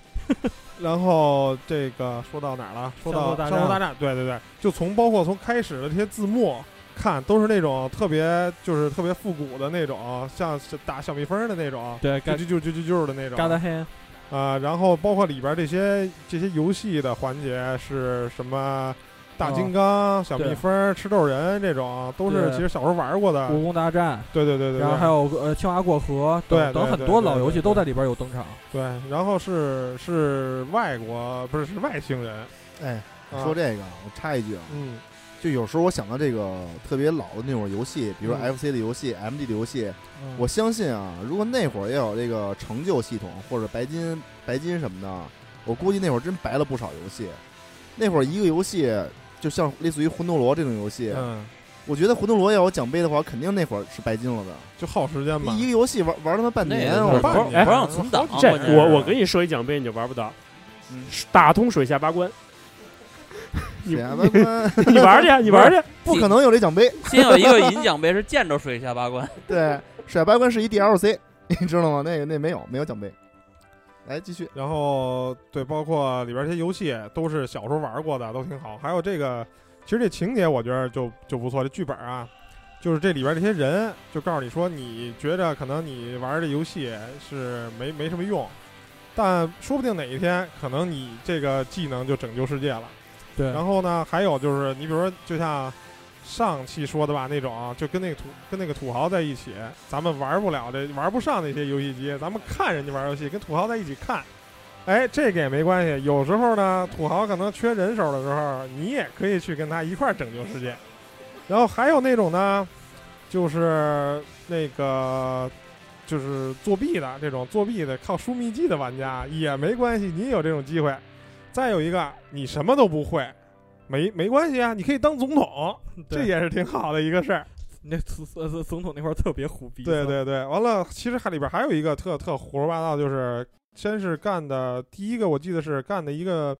D: 然后这个说到哪儿了？说到
C: 上路大战
D: 上路大战，对对对，就从包括从开始的这些字幕看，都是那种特别就是特别复古的那种，像是打小蜜蜂的那种，
C: 对，
D: 啾
C: 嘎
D: 啾啾啾啾啾的那种
C: 嘎达黑，
D: 啊、然后包括里边这些这些游戏的环节是什么？大金刚、小蜜蜂、吃豆人这种，都是
C: 对
D: 其实小时候玩过的。
C: 武功大战，
D: 对对对对对。
C: 然后还有呃青蛙过河
D: 对
C: 等
D: 对
C: 等很
D: 对
C: 多
D: 对
C: 老游戏
D: 对
C: 都在里边有登场。
D: 对，然后是是外国，不是是外星人。
A: 哎，
D: 啊
A: 说这个，我插一句啊，
D: 嗯
A: 就有时候我想到这个特别老的那种游戏，比如说
D: 嗯
A: FC 的游戏、MD 的游戏，
C: 嗯
A: 我相信啊，如果那会儿也有这个成就系统或者白金、白金什么的，我估计那会儿真白了不少游戏。那会儿一个游戏，就像类似于魂斗罗这种游戏，
D: 嗯，
A: 我觉得魂斗罗要有奖杯的话，肯定那会儿是白金了的。
D: 就耗时间嘛
A: 一。个游戏玩玩他妈半
F: 那
A: 年，
F: 个
A: 我
F: 不
A: 告诉你
E: 哎
F: 不让存档，
E: 这
F: 关键是
E: 我我给你设一奖杯，你就玩不到
A: 嗯，
E: 打通水下八关，你
A: 谁还他妈
E: 你玩儿去，你玩儿去，
A: 不可能有这奖杯。
F: 先有一个银奖杯是见着水下八关，
A: 对，甩八关是一 DLC，你知道吗？那个那没有没有奖杯。来继续，
D: 然后对，包括里边这些游戏都是小时候玩过的，都挺好。还有这个，其实这情节我觉得就就不错。这剧本啊，就是这里边这些人就告诉你说，你觉着可能你玩这游戏是没没什么用，但说不定哪一天可能你这个技能就拯救世界了。
C: 对，
D: 然后呢，还有就是你比如说，就像上期说的吧，那种啊就跟那个土跟那个土豪在一起，咱们玩不了这玩不上那些游戏机，咱们看人家玩游戏，跟土豪在一起看。哎，这个也没关系。有时候呢，土豪可能缺人手的时候，你也可以去跟他一块儿拯救世界。然后还有那种呢，就是那个就是作弊的这种作弊的靠输秘籍的玩家也没关系，你也有这种机会。再有一个，你什么都不会，没没关系啊，你可以当总统，这
C: 对
D: 也是挺好的一个 事儿。
C: 那总总总统那块儿特别虎逼，啊
D: 对对对，完了，其实还里边还有一个特特胡说八道，就是先是干的第一个，我记得是干的一个，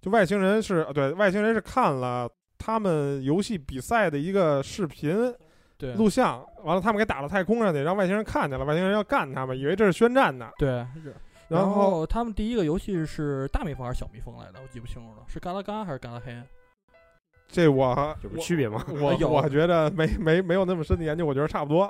D: 就外星人是呃对外星人是看了他们游戏比赛的一个视频
C: 对
D: 录像，完了他们给打到太空上去，让外星人看见了，外星人要干他们，以为这是宣战呢。
C: 对是。
D: 然
C: 然
D: 后
C: 后他们第一个游戏是大蜜蜂还是小蜜蜂来的，我记不清楚了，是嘎啦嘎还是嘎啦黑？
D: 这
C: 哎
D: 我
E: 有什么
D: 我
E: 区别吗？
D: 我
C: 有
D: 我觉得没没没有那么深的研究，我觉得差不多。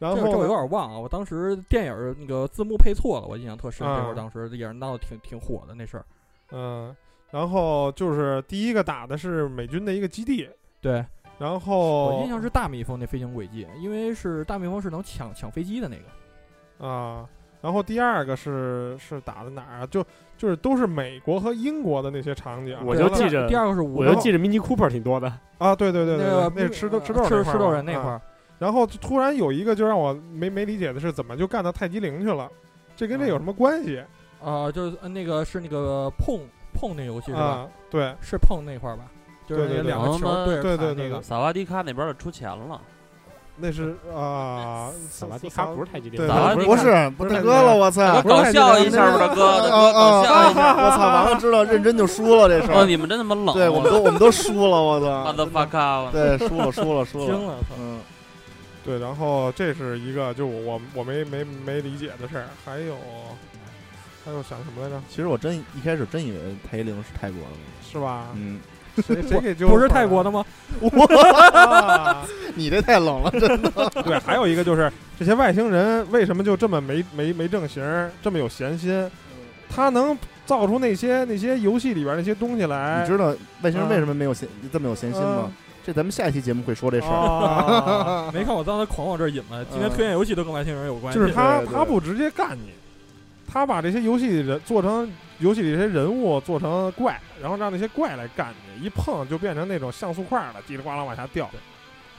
D: 然
C: 这
D: 后
C: 个这我有
D: 呢
C: 点忘啊，我当时电影儿那个字幕配错了，我印象特深。
D: 啊
C: 这会儿当时也是闹得挺挺火的那事儿。
D: 嗯，然后就是第一个打的是美军的一个基地，
C: 对
D: 然后
C: 我印象是大蜜蜂那飞行轨迹，因为是大蜜蜂是能抢抢飞机的那个。
D: 啊，然后第二个是是打的哪儿啊？就就是都是美国和英国的那些场景，
E: 我
C: 对
E: 就
C: 第
E: 记
C: 二
E: 着
C: 第二个是五
E: 我就记着 Mini Cooper 挺多的，
D: 啊，对对对对，
C: 那个呃
D: 对那是吃豆吃豆
C: 吃
D: 那块
C: 吃
D: 儿
C: 豆
D: 吧
C: 人那块。
D: 啊
C: 儿，
D: 然后突然有一个就让我没没理解的是，怎么就干到太极陵去了？这跟这有
C: 嗯
D: 什么关系
C: 啊，就是呃那个是那个碰碰那游戏是吧？
D: 啊？对，
C: 是碰那块儿吧？就是
D: 对对
C: 那
D: 对
C: 两个
F: 我
C: 球
F: 们
C: 对着
D: 对对
C: 砍那
D: 对
C: 个。
F: 萨瓦迪啊卡那边的出钱了，
D: 那是啊，
E: 萨瓦迪卡不是太极陵，
D: 对
F: 萨瓦迪卡
A: 不是不是大
D: 不是太
A: 哥
D: 难
A: 了，我操！
D: 不是
F: 搞
D: 太
F: 笑
D: 简
F: 一下
D: 单
F: 吧，
D: 了
F: 大哥，大
A: 啊
F: 哥，搞
A: 啊
F: 笑一
A: 啊
F: 下。
A: 我操！完了，知道认真就输了这事
F: 哦，
A: 儿。
F: 你哦们真他妈 冷！
A: 对，我们都我们都输了，我操！
F: motherfucker，
A: 对，输了输了输
C: 惊
A: 了。
C: 了，操！
A: 嗯，
D: 对，然后这是一个就我我没没没理解的事儿，还有还有想什么来着？
A: 其实我真一开始真以为裴玲是泰国的。
D: 是吧？
A: 嗯，
D: 谁谁给就
C: 不是泰国的吗？
D: 啊
A: 你这太冷了， 这
D: 对，还有一个就是这些外星人为什么就这么没没没正形儿，这么有闲心？他能造出那些那些游戏里边那些东西来，
A: 你知道外星人为什么没有闲这么有闲心吗？这咱们下一期节目会说这事
D: 哦
A: 儿。
D: 啊
C: 没看我刚才狂往这儿引吗？今天推荐游戏都跟外星人有关系。
D: 就是他
A: 对对
D: 他不直接干你，他把这些游戏人做成游戏里这些人物做成怪，然后让那些怪来干你，一碰就变成那种像素块儿了，叽里呱啦往下掉。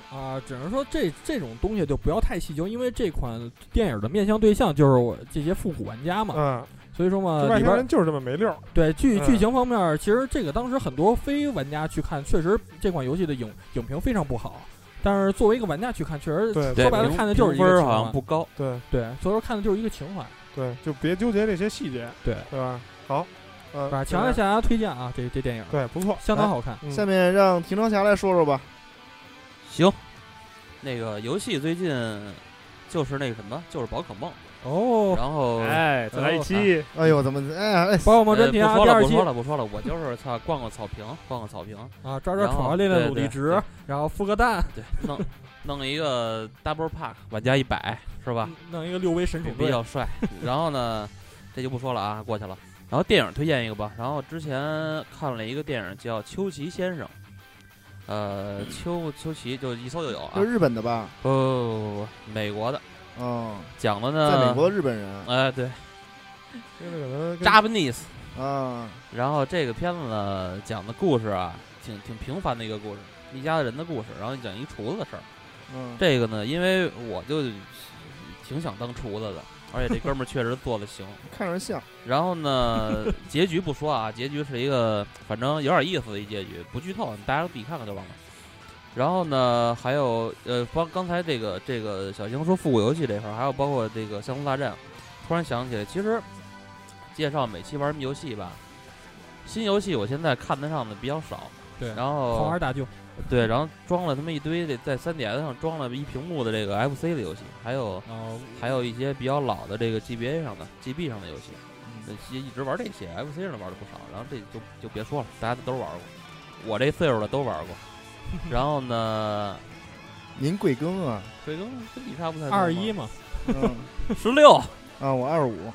C: 啊、只能说这这种东西就不要太细究，因为这款电影的面向对象就是我这些复古玩家嘛，
D: 嗯，
C: 所以说嘛，
D: 这外
C: 里
D: 星
C: 边
D: 人就是这么没溜儿。
C: 对剧
D: 嗯
C: 剧情方面儿，其实这个当时很多非玩家去看，确实这款游戏的影影评非常不好，但是作为一个玩家去看，确实
D: 对
F: 对，
C: 说白了看的就是一
F: 评
C: 个
F: 分
C: 情啊
F: 好像
C: 怀，
F: 不高。
D: 对
C: 对，所以说看的就是一个情怀，
D: 对，就别纠结这些细节，
C: 对，
D: 对吧？好，呃，
C: 把强烈向大家推荐啊，这这电影
D: 对，不错。
C: 相当好看。
D: 嗯
A: 下面让平常侠来说说吧。
F: 行，那个游戏最近就是那个什么，就是宝可梦，
C: 哦，
F: 然后。
E: 哎，再来一期，
A: 哎呦，怎么哎呀哎，
C: 包括我
F: 呃
C: 专题啊，
F: 不
C: 第
F: 说了，
C: 二
F: 不
C: 期
F: 说了，不说了，我就是操，逛逛草坪，逛逛草坪，
C: 啊，抓抓
F: 然后
C: 虫，练练
F: 对
C: 鲁
F: 对
C: 地
F: 对
C: 植，然后孵个蛋，
F: 对，弄弄一个 double pack，玩家一百是吧？
C: 弄一个六维神宠
F: 比
C: 队。
F: 较帅。 然后呢，这就不说了啊，过去了。然后电影推荐一个吧。然后之前看了一个电影叫《秋奇先生》，呃，
A: 嗯
F: 秋秋奇就一搜就有啊
A: 这，日本的吧？
F: 哦，美国的，
A: 嗯，
F: 讲的
A: 在
F: 呢，
A: 美国的日本人
F: 哎，对
D: 这个可能跟
F: ，Japanese。
A: 啊，
F: 然后这个片子呢，讲的故事啊，挺挺平凡的一个故事，一家人的故事，然后讲一厨子的事儿。
A: 嗯，
F: 这个呢，因为我就挺想当厨子的，而且这哥们儿确实做的行。
A: 看着像，
F: 然后呢， 结局不说啊，结局是一个反正有点意思的一结局，不剧透，大家自己看看就完了。然后呢，还有呃，包刚才这个这个小星说复古游戏这事儿，还有包括这个《相互大战》，突然想起来，其实介绍每期玩什么游戏吧，新游戏我现在看得上的比较少，
C: 对，
F: 然
C: 狂
F: 后
C: 玩大舅，
F: 对，然后装了他妈一堆这在 3DS 上装了一屏幕的这个 FC 的游戏，还有
C: 然后
F: 还有一些比较老的这个 GBA 上的 GB 上的游戏，
C: 嗯
F: 那些一直玩这些 FC 上的玩的不少，然后这就就别说了，大家都玩过，我这岁数的都玩 过。然后呢，
A: 您贵庚啊？
F: 水更跟你差不太多嘛
C: 二一嘛，
A: 嗯
F: 十六
A: 啊，我二五，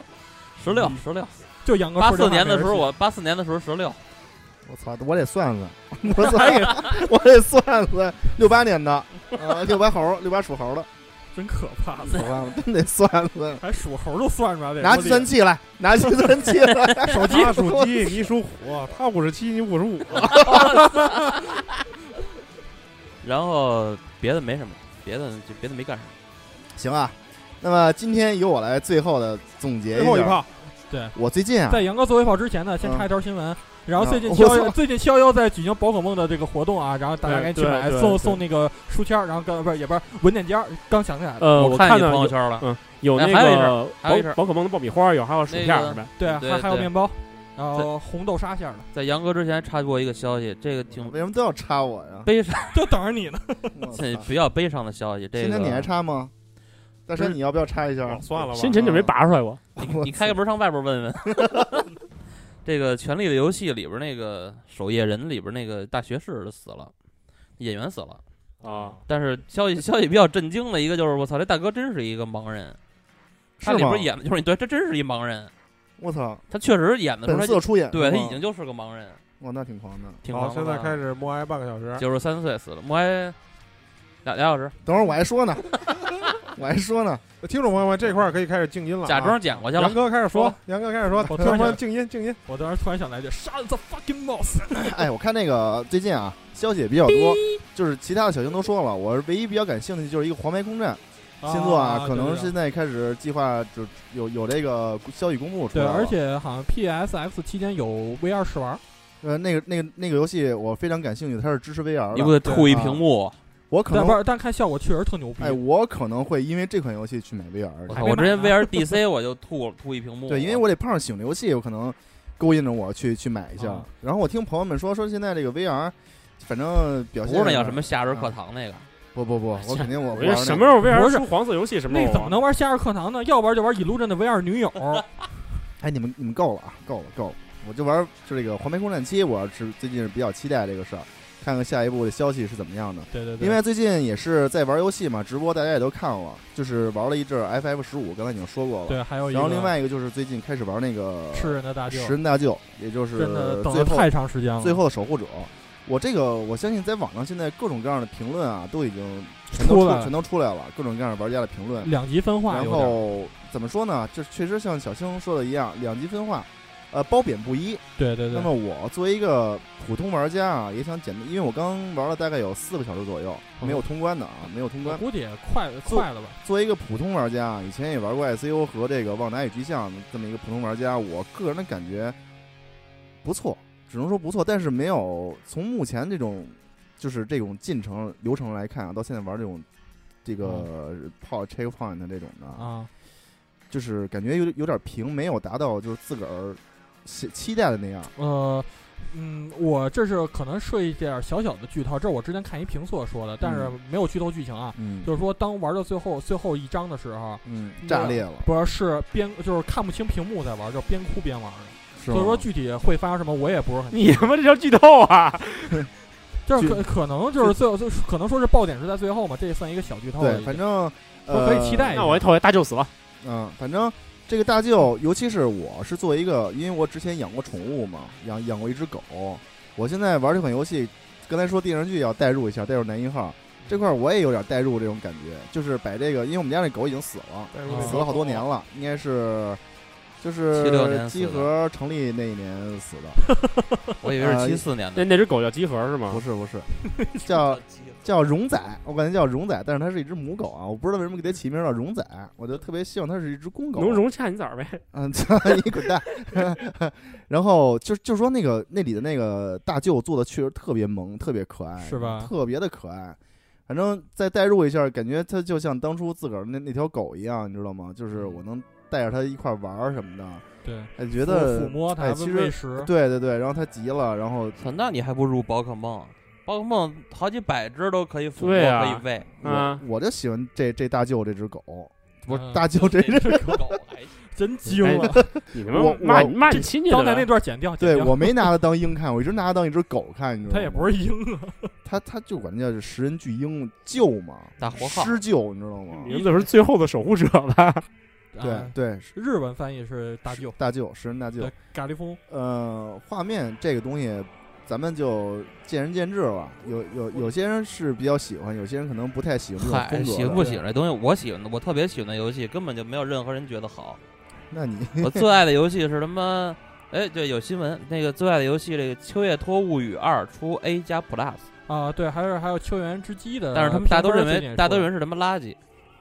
F: 十
E: 嗯
F: 六十六，
C: 就杨哥
F: 八
C: 说这
F: 四
C: 话
F: 年的时候
C: 没人
F: 我八四年的时候十六，
A: 我操，我得算 算，我算，我得算算，六八年的，啊，六八猴，六八属猴 的，
C: 信真可怕，
A: 我忘了，真得算算。
C: 还属猴都算出来了，
A: 拿计算器来，拿计算器来， 手
D: 他 属鸡，你属虎，他五十七，你五十五，
C: 哎
F: 然后别的没什么，别的就别的没干什么。
A: 行啊。那么今天由我来最后的总结
D: 最后一
A: 下，
D: 炮，
A: 我最近啊，
C: 在杨哥做微炮之前呢，先
A: 嗯
C: 插一条新闻。然后
A: 啊
C: 最近
A: 我
C: 逍遥
A: 操
C: 最近逍遥在举行宝可梦的这个活动啊，然后大家赶紧去
E: 对
C: 买
E: 对
C: 送
E: 对
C: 送那个书签儿，然后刚不是也不是文件夹儿，刚想起来了，
E: 呃，我
F: 看
E: 看
F: 你朋
E: 到
F: 友
E: 有
F: 圈了，
E: 有
F: 哎
E: 那
F: 还有一事
E: 个
F: 还有一事
E: 宝宝可梦的爆米花，有还有薯片
F: 那个
E: 儿是吧？
C: 对，啊
F: 对
C: 还还有
F: 对
C: 面包，然后红豆沙馅儿的，
F: 在杨哥之前插播一个消息，这个挺
A: 为什么都要插我呀？
F: 悲伤，
C: 就等着你呢。
A: 我操
F: 比较悲伤的消息。这
A: 今天你还
F: 个，
A: 插吗？大山，你要不要插一下
D: 哦？算了吧，
E: 新陈就没拔出来过。
F: 你你开个门上外边 问问。这个《权力的游戏》里边那个守夜人里边那个大学士死了，演员死了。
E: 啊，
F: 但是消息消息比较震惊的一个就是，我操，这大哥真是一个盲人，他
A: 是
F: 里
A: 吗
F: 边？演的就是你对，这真是一盲人，
A: 我操，
F: 他确实演的时
A: 本
F: 候他
A: 色
F: 就
A: 出演，
F: 对他
A: 是吗哦
F: 已经就是个盲人，
A: 哇，那挺狂的。
F: 挺
D: 好，
F: 狂
D: 现在
C: 啊
D: 开始默哀半个小时。
F: 九十三岁死了，默哀俩俩小时，
A: 等会儿我还 说呢，我还说呢，
D: 听众朋友们，这块儿可以开始静音了啊。
F: 假装捡过去
D: 杨
F: 了。
D: 哥开始说，杨哥开始说，
C: 我
D: 听
C: 突然
D: 众朋友
C: 想
D: 静音静音。
C: 我当时突然想来一句 “Shut the fucking mouth”，
A: 哎，我看那个最近啊，消息也比较多，就是其他的小星都说了，我唯一比较感兴趣就是一个黄牌空战新作啊，可能
C: 对对
A: 现在开始计划就有有这个消息公布出
C: 对，
A: 来了
C: 而且好像 PSX 期间有 VR 试玩，
A: 呃，那个那个那个游戏我非常感兴趣，它是支持 VR
F: 你给
A: 的，
F: 我吐一屏幕，
A: 我可
C: 但不
A: 能
C: 是，但看效果确实特牛逼
A: 哎，。我可能会因为这款游戏去买 VR
F: 我
A: 的
C: 还
F: 操！
C: 没
F: 我之前
C: 买呢
F: VRDC 我就吐吐一屏幕，
A: 对，因为我得碰上醒的游戏，有可能勾引着我去去买一下
C: 啊。
A: 然后我听朋友们说说现在这个 VR，反正表
F: 不
A: 现
F: 是那叫什么夏
A: 啊
F: 日课堂那个，
A: 不不不，我肯定我
E: 我
A: 不
E: 觉得
A: 玩
E: 什
A: 那
E: 么
A: 个。
E: 时候 VR
C: 不是
E: 出黄色游戏什么时候啊
C: 那怎么能玩夏日课堂呢？要玩就玩《引路阵》的 VR 女友，
A: 哎，你们你们够了啊，够了够了！我就玩就这个《黄牌空战七》，我是最近是比较期待这个事儿，看看下一步的消息是怎么样的。
C: 对对对，
A: 因为最近也是在玩游戏嘛，直播大家也都看了，就是玩了一阵 FF 十五，刚才已经说过了。
C: 对还有一个
A: 然后另外一个就是最近开始玩那个
C: 吃人的大舅，
A: 食人大舅，也就是
C: 真的等
A: 最
C: 了
A: 后
C: 太长时间了，
A: 最后守护者，我这个我相信在网上现在各种各样的评论啊，都已经全都
C: 出来了嗯
A: 全都出来了，各种各样的玩家的评论。
C: 两极分化
A: 然
C: 有点儿，
A: 后怎么说呢？这确实像小青说的一样，两极分化，呃，褒贬不一。
C: 对对
A: 那
C: 对
A: 么，我作为一个普通玩家啊，也想简单，因为我刚玩了大概有四个小时左右，
C: 嗯
A: 没有通关的啊，没有通
C: 我
A: 关。
C: 估计也快
A: 做
C: 快了吧？
A: 作为一个普通玩家，啊以前也玩过 ICU 和这个《旺达与巨像》这么一个普通玩家，我个人的感觉不错，只能说不错，但是没有从目前这种就是这种进程流程来看啊，到现在玩这种这
C: 哦
A: 个炮 checkpoint 的这种的，
C: 啊，
A: 就是感觉有有点平，没有达到就是自个儿期期待的那样。
C: 呃，嗯，我这是可能涉一点小小的剧透，这我之前看一评测说的，但是没有剧透剧情啊。
A: 嗯
C: 就是说，当玩到最后最后一章的时候，
A: 嗯，炸裂了，
C: 不是是边就是看不清屏幕在玩，就边哭边玩的。
A: 所
C: 所以说具体会发生什么，我也不是很
E: 你他妈这叫剧透啊！
C: 就是可可能就是最后就是可能说是爆点是在最后嘛，这也算一个小剧透了
A: 对，
C: 已经。
A: 反正
C: 都
A: 呃
C: 可以期待一下
E: 那我一透大舅死了，
A: 嗯，反正这个大舅，尤其是我是作为一个，因为我之前养过宠物嘛，养养过一只狗，我现在玩这款游戏，刚才说电视剧要代入一下，代入男一号
C: 嗯
A: 这块，我也有点代入这种感觉，就是把这个，因为我们家那狗已经死了，
C: 哦
A: 死了好多年了，应该是。就是
F: 76年死
A: 集
F: 的
A: 合成立那一年死的，
F: 我以为
A: 呃
F: 是七四年
E: 那
F: 的。
E: 那只狗叫集合是吗
C: 啊
A: 不？是不是， 叫叫荣仔，我感觉叫荣仔，但是它是一只母狗啊，我不知道为什么给它起名叫荣仔，我就特别希望它是一只公狗。啊
E: 能容下你崽儿呗？
A: 嗯，操你滚蛋！ 然后就就说那个那里的那个大舅做的确实特别萌，特别可爱，
C: 是吧
A: 特别的可爱。反正再代入一下，感觉他就像当初自个儿那那条狗一样，你知道吗？就是我能带着他一块儿玩儿什么的，
C: 对，
A: 哎，觉得
C: 嗯抚摸它
A: 哎，其
C: 喂
A: 实
C: 食，
A: 对对对，然后他急了，然后
F: 操，那你还不如宝可梦，宝可梦好几百只都可以抚摸，
E: 对啊
F: 可以喂，
A: 我、
E: 啊
A: 我就喜欢这这大舅这只狗，不是、
C: 嗯
A: 大 舅这只，
F: 只狗还行，
C: 真精
E: 哎
C: 了。
E: 你他
A: 我
E: 妈
A: 我
E: 骂你骂你亲戚
C: 刚才那
E: 的，
C: 段剪掉，剪
A: 啊对
C: 掉。
A: 我 没拿它当鹰看，我一直拿它当一只狗看，你知道吗？
C: 它也不是鹰啊，
A: 他他就管那叫食人巨鹰鹫嘛，
F: 大活耗
A: 狮鹫，你知道吗？
E: 你怎么是最后的守护者吧？
A: 对
C: 啊
A: 对，
C: 日文翻译是大舅，
A: 大舅，食人大舅
C: 对。，咖喱风。
A: 呃，画面这个东西，咱们就见仁见智吧。有有有些人是比较喜欢，有些人可能不太喜欢这种
F: 嗨，
A: 风格的。啊
F: 喜欢不喜欢这东西？我喜欢的，我特别喜欢的游戏，根本就没有任何人觉 得好。
A: 那你
F: 我最爱的游戏是他妈，哎，对，有新闻，那个最爱的游戏，这个《秋叶托物语二》出 A 加 Plus，
C: 啊，对，还是还有秋园之姬
A: 呃
C: 的，
F: 但是他们大家都认
C: 评分最近
F: 为，
C: 也
F: 大家都
C: 说
F: 认为是他妈垃圾，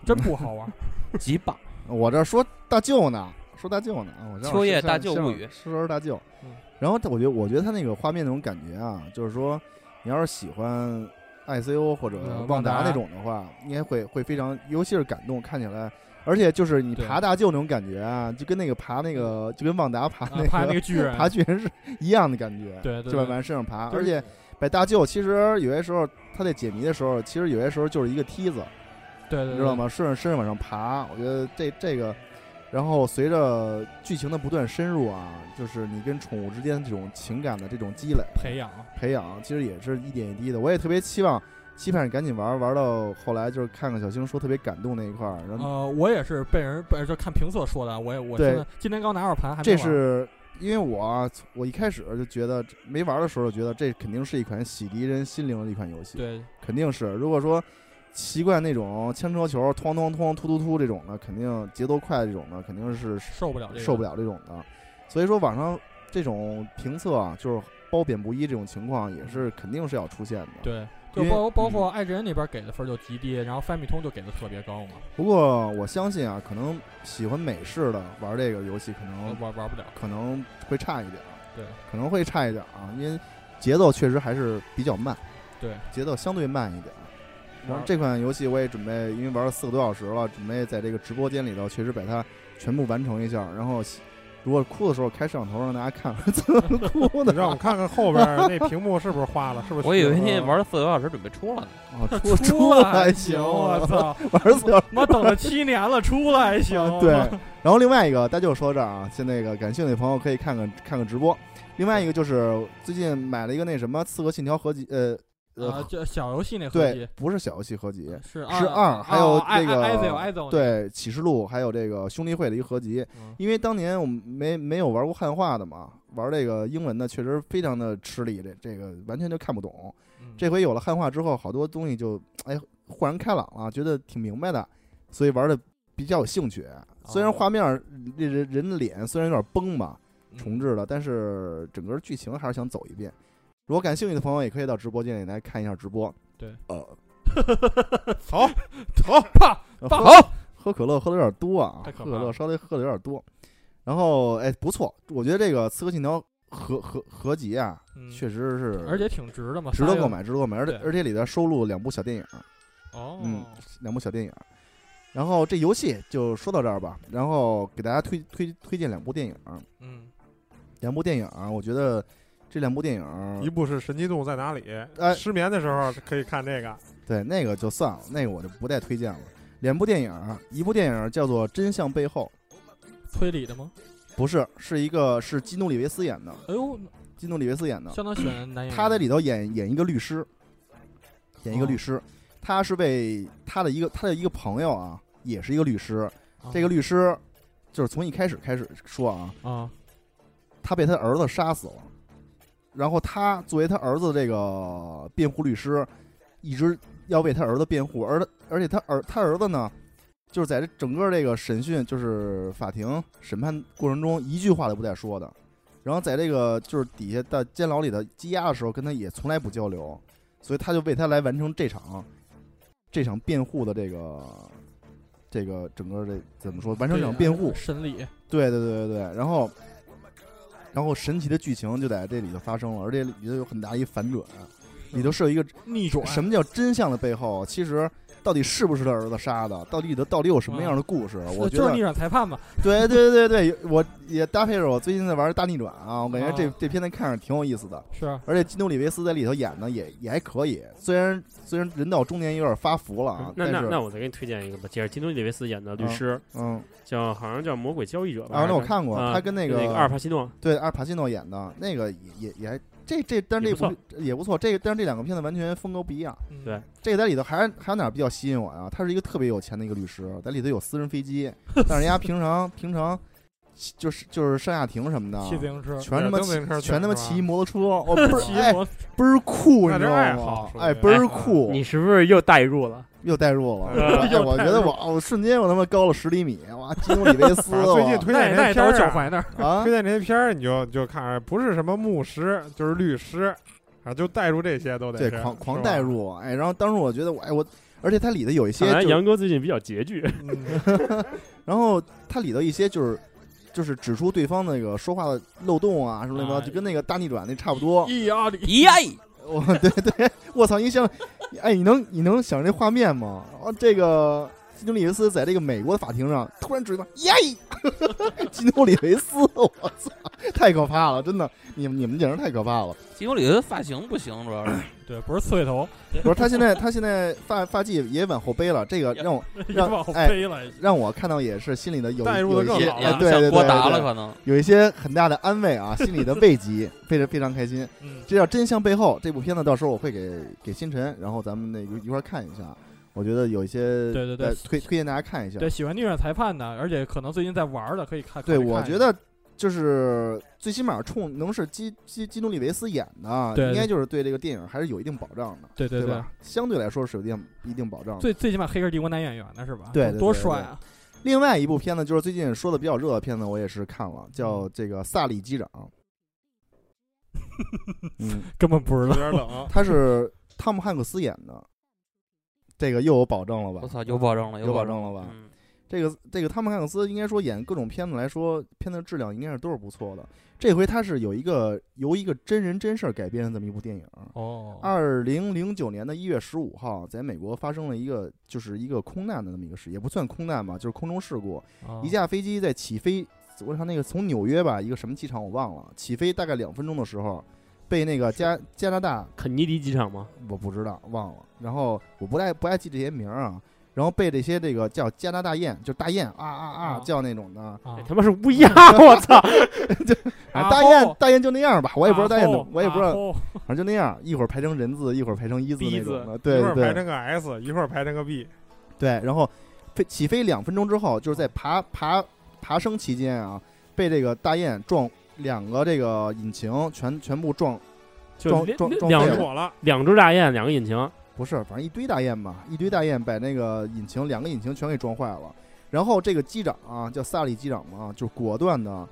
C: 真不好玩。
F: 极棒。
A: 我这说大舅呢，说大舅呢，啊我这
F: 秋叶大舅物语
A: 说说大舅
C: 嗯。
A: 然后我觉得，我觉得他那个画面那种感觉啊，就是说，你要是喜欢 ICO 或者
C: 嗯
A: 旺达
C: 旺达
A: 那种的话，应该会会非常，尤其是感动，看起来，而且就是你
C: 对
A: 爬大舅那种感觉啊，就跟那个爬那个，就跟旺达爬
C: 啊
A: 那个、
C: 怕那个巨人，
A: 爬巨人是一样的感觉，
C: 对对
A: 就往
C: 对
A: 往身上爬。
C: 就
A: 而
C: 是
A: 且摆大舅其实有些时候他在解谜的时候，其实有些时候就是一个梯子，
C: 对对，
A: 你知道？吗？顺着身上往上爬，我觉得这这个，然后随着剧情的不断深入啊，就是你跟宠物之间这种情感的这种积累
C: 培养
A: 培养，其实也是一点一滴的。我也特别期望。期盼着赶紧玩儿，玩到后来就是看看小星说特别感动那一块儿，然后
C: 呃，我也是被人被就看评测说的，我也我
A: 对
C: 现在今天刚拿二盘，还没
A: 这
C: 玩
A: 是因为我啊我一开始就觉得没玩的时候就觉得这肯定是一款洗涤人心灵的一款游戏，
C: 对
A: 肯定是。如果说习惯那种铅车球、哐哐哐、突突突这种的，肯定节奏快这种的，肯定是
C: 受不啊了这个，
A: 受不
C: 了。
A: 了这种的。所以说网上这种评测啊，就是褒贬不一这种情况也是肯定是要出现的。
C: 嗯对，就
A: 因为
C: 包包括爱之人那边给的分就极低，然后翻米通就给的特别高嘛，
A: 不过我相信啊，可能喜欢美式的玩这个游戏，可能
C: 玩玩不了。
A: 可能会差一点儿，
C: 嗯对，
A: 可能会差一点儿啊，因为节奏确实还是比较慢，
C: 对，
A: 节奏相对慢一点儿。然后
C: 玩
A: 这款游戏我也准备，因为玩了四个多小时了，准备在这个直播间里头确实把它全部完成一下。然后如果哭的时候开摄像头让大家看 看怎么哭的
D: 你。让我看看后边儿那屏幕是不是花了，是不是？
F: 我以为你玩了四个多小时准备出了呢，
A: 啊，出出
C: 来
A: 还行，啊
C: 行，我操！
A: 玩儿死 了。。
C: 妈等了七年了，出来还行
A: 啊
C: 啊
A: 对，然后另外一个，大舅说这儿啊，现那个感兴趣的朋友可以看看看看直播。另外一个就是最近买了一个那什么《刺客信条》合集，呃
C: 啊
A: 呃，，
C: 就小游戏那合
A: 对
C: 集，
A: 不是小游戏合集，
C: 是哦
A: 是二，还有这个
C: 艾艾泽艾泽
A: 对《启示录》，还有这个兄弟会的一个合集。
C: 嗯
A: 因为当年我们没没有玩过汉化的嘛，玩这个英文的确实非常的吃力，这这个完全就看不懂。
C: 嗯
A: 这回有了汉化之后，好多东西就哎豁然开朗了，觉得挺明白的，所以玩的比较有兴趣。虽
C: 哦
A: 然画面儿这人人的脸虽然有点崩吧，
C: 嗯
A: 重 置了，但是整个剧情还是想走一遍。如果感兴趣的朋友，也可以到直播间里来看一下直播。
C: 对，
A: 呃，
D: 好，好，
C: 怕
A: 喝
C: 好，
A: 喝可乐喝的有点多啊
C: 太，可
A: 喝
C: 怕了
A: 可乐稍微喝的有点多。然后哎，不错，我觉得这个《刺客信条》合合合集啊，确
C: 实，
A: 实是，
C: 嗯而且挺值的嘛，
A: 值得购买，值得购买。而且
C: 对
A: 而且里边收录两部小电影，
C: 仨月。哦，
A: 嗯两部小电影。然后这游戏就说到这儿吧，然后给大家推推推荐两部电影，
C: 嗯，
A: 两部电影，我觉得这两部电
D: 一
A: 影，
D: 部是《神奇动物在哪里》
A: 哎
D: 失眠的时候可以看这个。
A: 对那个就算了，那个我就不再推荐了。两部电影，一部电影叫做《真相背后
C: 推理的吗？》，
A: 不是，是一个是基努里维斯演的，
C: 哎呦，
A: 基努里维斯演的，
C: 相当喜欢男演员。
A: 啊他在里头演演一个律师，演一个律师，他是为他的一个他的一个朋友啊，也是一个律师，
C: 啊
A: 这个律师就是从一开始开始说啊，
C: 啊，
A: 他被他儿子杀死了，然后他作为他儿子的这个辩护律师，一直要为他儿子辩护，而他而且他儿他儿子呢，就是在这整个这个审讯就是法庭审判过程中一句话都不带说的，然后在这个就是底下的监牢里的羁押的时候，跟他也从来不交流，所以他就为他来完成这场这场辩护的这个。这个整个这怎么说？完成这场辩护，
C: 审理，
A: 对对对对对，然后，然后神奇的剧情就在这里头发生了，而且里头有很大一反转，里头是有一个
C: 逆转
A: 什么叫真相的背后，其实到底是不是他儿子杀的，到底到底有什么样的故事？我觉
C: 嗯就是
A: 得
C: 逆转裁判嘛，
A: 对对对对，我也搭配着我最近在玩《大逆转》啊，我感觉这、
C: 啊
A: 这片子看着挺有意思的，
C: 是啊
A: 而且基努里维斯在里头演的也也还可以，虽然虽然人到中年有点发福了啊，
E: 嗯那那
A: 但是
E: 那我再给你推荐一个吧，也是基努里维斯演的律师，
A: 嗯
E: 叫好像叫《魔鬼交易者》吧。
A: 啊，那我看过，
E: 啊
A: 他跟那
E: 就
A: 个
E: 那个阿尔帕西诺，
A: 对阿尔帕西诺演的那个也也也还这这，但是
E: 也
A: 这
E: 不
A: 部也不错，这个但是这两个片子完全风格不一样。
C: 嗯
E: 对
A: 这个在里头还还有哪儿比较吸引我啊？他是一个特别有钱的一个律师，在里头有私人飞机，但是人家平常平常就是就是上下庭什么
C: 骑自
A: 的，
C: 行车，
A: 全他妈
D: 蹬自行车
A: 骑
D: 去
A: 全他妈
D: 是吧
A: 骑摩托车，哦，倍
C: 骑
A: 儿哎
C: 摩
A: 倍儿酷，
D: 那
A: 你知
D: 这
A: 道
D: 爱
A: 吗
D: 好？属于
A: 哎，倍儿酷，
E: 你是不是又代入了？
A: 又代入了。
D: 嗯
A: 哎我觉得我我瞬间我他妈高了十厘米，哇！基努里维斯，
D: 反正最近
A: 哇
D: 推
C: 啊那
D: 荐
C: 也那也
D: 这些片
C: 到
D: 儿
C: 我脚踝
D: 啊
C: 那儿，
A: 啊
D: 推，荐这些片儿，你就就看啊，不是什么牧师就是律师，啊，就带入这些都得
A: 对，
D: 是
A: 狂狂
D: 是吧
A: 代入。哎，然后当时我觉得我哎我，而且它里头有一些
E: 看来
A: 就是
E: 杨哥最近比较拮据，
A: 然后它里头一些就是就是指出对方那个说话的漏洞啊什么的，
C: 哎
A: 就跟那个大逆转那差不 多。
C: 意大利，
F: 咦哎，
A: 我对对，我操！你想，哎，你能你能想这画面吗？啊，这个基努里维斯在这个美国的法庭上突然指着耶， 基努里维斯，我操，太可怕了，真的，你们你们简直太可怕了。
F: 基努里的发型不行，主要 是
C: 对，不是刺猬头，
A: 不是他现在他现在发发际也往后背了，这个让我
C: 一
A: 让
C: 往后
A: 哎
C: 飞了，
A: 让我看到也是心里的有
D: 代入
A: 有
D: 得
A: 一
D: 更
A: 些
F: 也
D: 老
F: 也
A: 哎
D: 了
F: 不
A: 对
F: 像
A: 对
F: 郭
A: 对
F: 达
A: 对
F: 了，
A: 对
F: 可能
A: 有一些很大的安慰啊，心里的慰 藉，非常非常开心。
C: 嗯，
A: 这叫真相背后，这部片子到时候我会给给星辰，然后咱们那个一块儿看一下。我觉得有一些
C: 对对对
A: 呃推推荐大家看一下。
C: 对，喜欢逆转裁判的，而且可能最近在玩的，可以看。
A: 对，
C: 可以看
A: 我
C: 一
A: 觉
C: 下
A: 得就是最起码冲能是基基基努里维斯演的，
C: 对对
A: 应该就是对这个电影还是有一定保障的，
C: 对对对
A: 吧，？相对来说是有一定一定保障的。
C: 最最起码黑客帝国男演员呢是吧？
A: 对对对
C: 多
A: 对
C: 帅啊！
A: 另外一部片子就是最近说的比较热的片子，我也是看了，叫这个《萨利机长》。嗯，
C: 根本不知
D: 有
C: 道，
A: ，
D: 点冷
A: 他是汤姆汉克斯演的，这个又有保证了吧
F: 我？操，有保证了，
A: 有保
F: 保
A: 证
F: 证
A: 了吧
F: 嗯
A: 这个这个汤姆汉克斯应该说演各种片子来说，片子质量应该是都是不错的。这回他是有一个由一个真人真事儿改编的这么一部电影。
C: 哦，
A: 二零零九年的一月十五号，在美国发生了一个就是一个空难的那么一个事，也不算空难吧，就是空中事故。
C: 哦
A: 一架飞机在起飞，我想那个从纽约吧，一个什么机场我忘了，起飞大概两分钟的时候，被那个加加拿大
E: 肯尼迪机场吗？
A: 我不知道，忘了。然后我不爱不爱记这些名儿啊，然后被这些这个叫加拿大雁，就是大雁啊啊啊
C: 啊
A: 叫那种的，
C: 啊
E: 哎他妈是乌鸦！我操！
A: 反正
C: 啊
A: 大
C: 吼
A: 雁大雁就那样吧，我也不知道大雁怎
C: 啊
A: 么
C: 吼，
A: 我也不知道，
C: 啊吼
A: 反正就那样，一会儿排成人字，一会儿排成一字那种的，
D: 一
A: 对
D: 会儿排
A: 对
D: 成个 S，一会儿排成个 B，
A: 对。然后飞起飞两分钟之后，
E: 哦
A: 就是在爬爬爬升期间啊，被这个大雁撞两个这个引擎全全部撞，
E: 就
A: 撞
E: 两
A: 撞撞
E: 两
A: 飞
D: 着
E: 只
A: 了
D: 火了，
E: 两只大雁，两个引擎，
A: 不是，反正一堆大雁吧，一堆大雁把那个引擎两个引擎全给撞坏了。然后这个机长啊，叫萨利机长嘛，就果断的，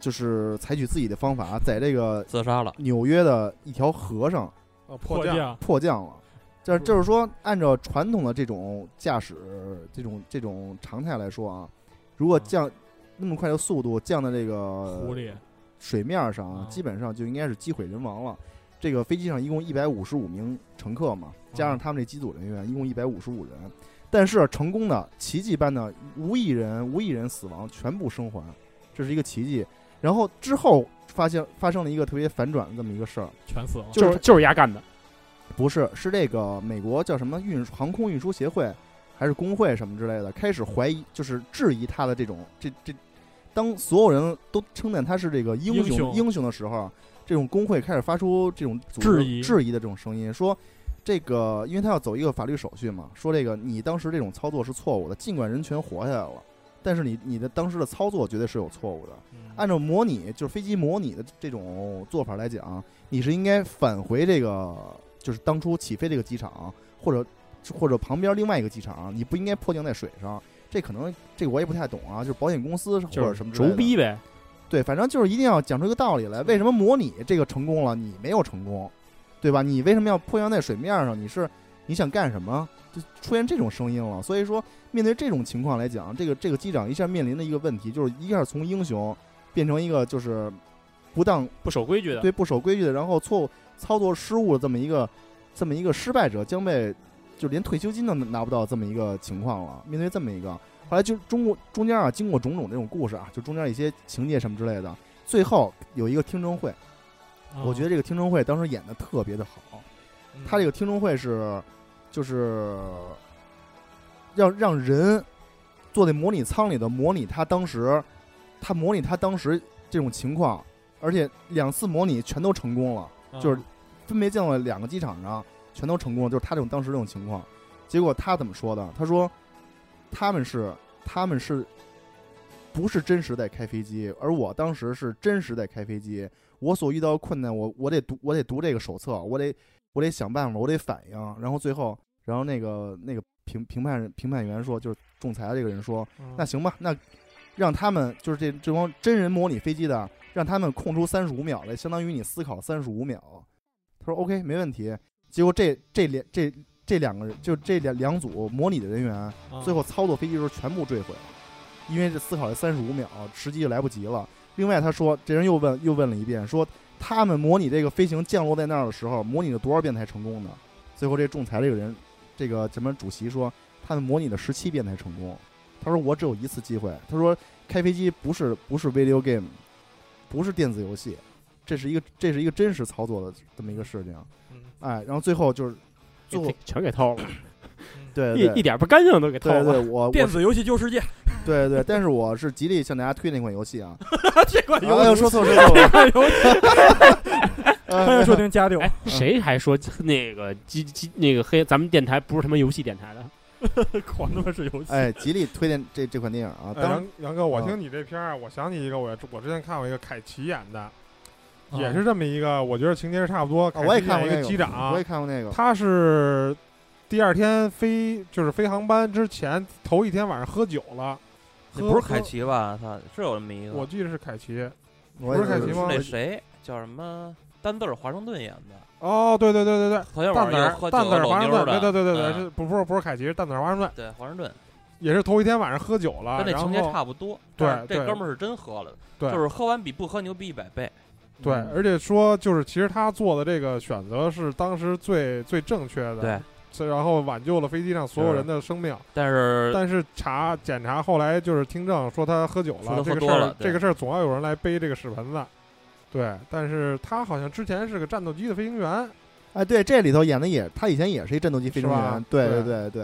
A: 就是采取自己的方法，在这个
F: 自杀了，
A: 纽约的一条河上
D: 啊
C: 迫
D: 迫降，
C: 降，
A: 迫降了。这就是说，按照传统的这种驾驶这种这种常态来说啊，如果降那么快的速度降到这个
C: 狐狸，
A: 水面上啊
C: 啊，
A: 基本上就应该是机毁人亡了。这个飞机上一共一百五十五名乘客嘛，加上他们这机组人员，一共一百五十五人。但是成功的奇迹般的无一人无一人死亡，全部生还，这是一个奇迹。然后之后发现发生了一个特别反转的这么一个事儿，
C: 全死了，
A: 哦就是
E: 是就是鸭干的。
A: 不是是这个美国叫什么运航空运输协会还是工会什么之类的，开始怀疑就是质疑他的这种这这，当所有人都称赞他是这个英雄
C: 英雄
A: 的时候，这种工会开始发出这种组织
C: 质疑
A: 质疑的这种声音，说这个因为他要走一个法律手续嘛，说这个你当时这种操作是错误的，尽管人全活下来了，但是你你的当时的操作绝对是有错误的。
C: 嗯
A: 按照模拟就是飞机模拟的这种做法来讲，你是应该返回这个就是当初起飞这个机场，或者或者旁边另外一个机场，你不应该迫降在水上。这可能这个我也不太懂啊，就是保险公司或
E: 就
A: 者
E: 是
A: 什么之类
E: 轴
A: 的
E: 逼呗，
A: 对，反正就是一定要讲出一个道理来。为什么模拟这个成功了，你没有成功，对吧？你为什么要破降在水面上？你是你想干什么？就出现这种声音了。所以说，面对这种情况来讲，这个这个机长一下面临的一个问题，就是一下从英雄变成一个就是不当
E: 不守规矩的。
A: 对不守规矩的，然后错误操作失误的这么一个这么一个失败者，将被就连退休金都拿不到这么一个情况了，面对这么一个，后来就中国中间啊，经过种种这种故事啊，就中间一些情节什么之类的，最后有一个听证会，我觉得这个听证会当时演的特别的好，他这
C: 个
A: 个听证会是就是让让人坐在模拟舱里头模拟他当时，他模拟他当时这种情况，而且两次模拟全都成功了。
C: 嗯
A: 就是
C: 啊
A: 分别降到两个机场上，全都成功了，就是他这种当时这种情况。结果他怎么说的？他说他们是他们是不是真实在开飞机，而我当时是真实在开飞机。我所遇到的困难，我我得读我得读这个手册，我得我得想办法，我得反应。然后最后，然后那个那个评评判评判员说，就是仲裁的这个人说，那行吧，那让他们就是这这帮真人模拟飞机的，让他们空出三十五秒来，相当于你思考三十五秒。他说 OK，没问题。结果这这两这这两个人，就这两两组模拟的人员，最后操作飞机的时候全部坠毁了，因为这思考了三十五秒，时机就来不及了。另外，他说这人又问又问了一遍，说他们模拟这个飞行降落在那儿的时候，模拟了多少遍才成功呢？最后这仲裁这个人，这个什么主席说他们模拟了十七遍才成功。他说我只有一次机会。他说开飞机不是不是 video game，不是电子游戏，这是一个这是一个真实操作的这么一个事情。哎，然后最后就是
E: 这
A: 做
E: 这全给偷了，
A: 对
E: 一
A: 对
E: 一点不干净都给偷
A: 对对，
E: 了。
A: 我我
C: 电子游戏救世界，
A: 对对，但是我是极力向大家推那款游戏 啊。
C: 这款
A: 哎
C: 游
A: 呦，
C: 戏
A: 说错说错了。
C: 欢迎
A: 呃
C: 收听加六，
E: 哎，
A: 嗯
E: 谁还说 那个机机那个黑咱们电台不是他妈游戏电台的？
C: 狂他妈是游戏，
A: 哎，极力推荐这这款电影啊。当然
D: 呃杨杨哥，我
A: 啊
D: 听你这片儿，我想起一个，我我之前看过一个凯奇演的，
A: 啊
D: 也是这么一个，我觉得情节是差不多。凯
A: 我也
D: 奇
A: 看过
D: 演一
A: 那
D: 个
A: 个
D: 机
A: 我也
D: 长，啊
A: 看过那个。
D: 他是第二天飞，就是飞航班之前头一天晚上喝酒了，
F: 那
D: 喝
F: 不是凯，奇吧？他是有那么一
D: 喝
F: 个，
D: 我记得是凯奇。
A: 我
D: 不
A: 也
D: 是凯奇
F: 是
D: 吗
F: 那谁叫什么丹字儿华盛顿演的，
D: 哦，对对对对对，
F: 头天
D: 蛋
F: 晚
D: 子
F: 上
D: 儿
F: 又喝酒
D: 蛋子儿
F: 搂
D: 华盛
F: 妞儿
D: 顿，
F: 的，
D: 对对对对对，
F: 嗯
D: 是不不是不是凯奇，是蛋子儿华盛顿，
F: 对华盛顿，
D: 也是头一天晚上喝酒了，
F: 跟那
D: 啊然
F: 情节
D: 后
F: 差不多。
D: 对
F: 但是这
D: 对
F: 哥们儿是真喝了，
D: 对
F: 就是喝完比不喝牛逼一百倍。
D: 对，
F: 嗯
D: 而且说就是其实他做的这个选择是当时最最正确的，
F: 对，
D: 这然后挽救了飞机上所有人的生命。
F: 但是
D: 但是查检查后来就是听证说他喝酒
F: 说
D: 了，
F: 他
D: 这
F: 喝
D: 个
F: 多
D: 事儿
F: 了对
D: 这个事儿总要有人来背这个屎盆子。对，但是他好像之前是个战斗机的飞行员，
A: 哎，对，这里头演的也，他以前也是一战斗机飞行
D: 是
A: 员
D: 吧，
A: 对
D: 对
A: 对对。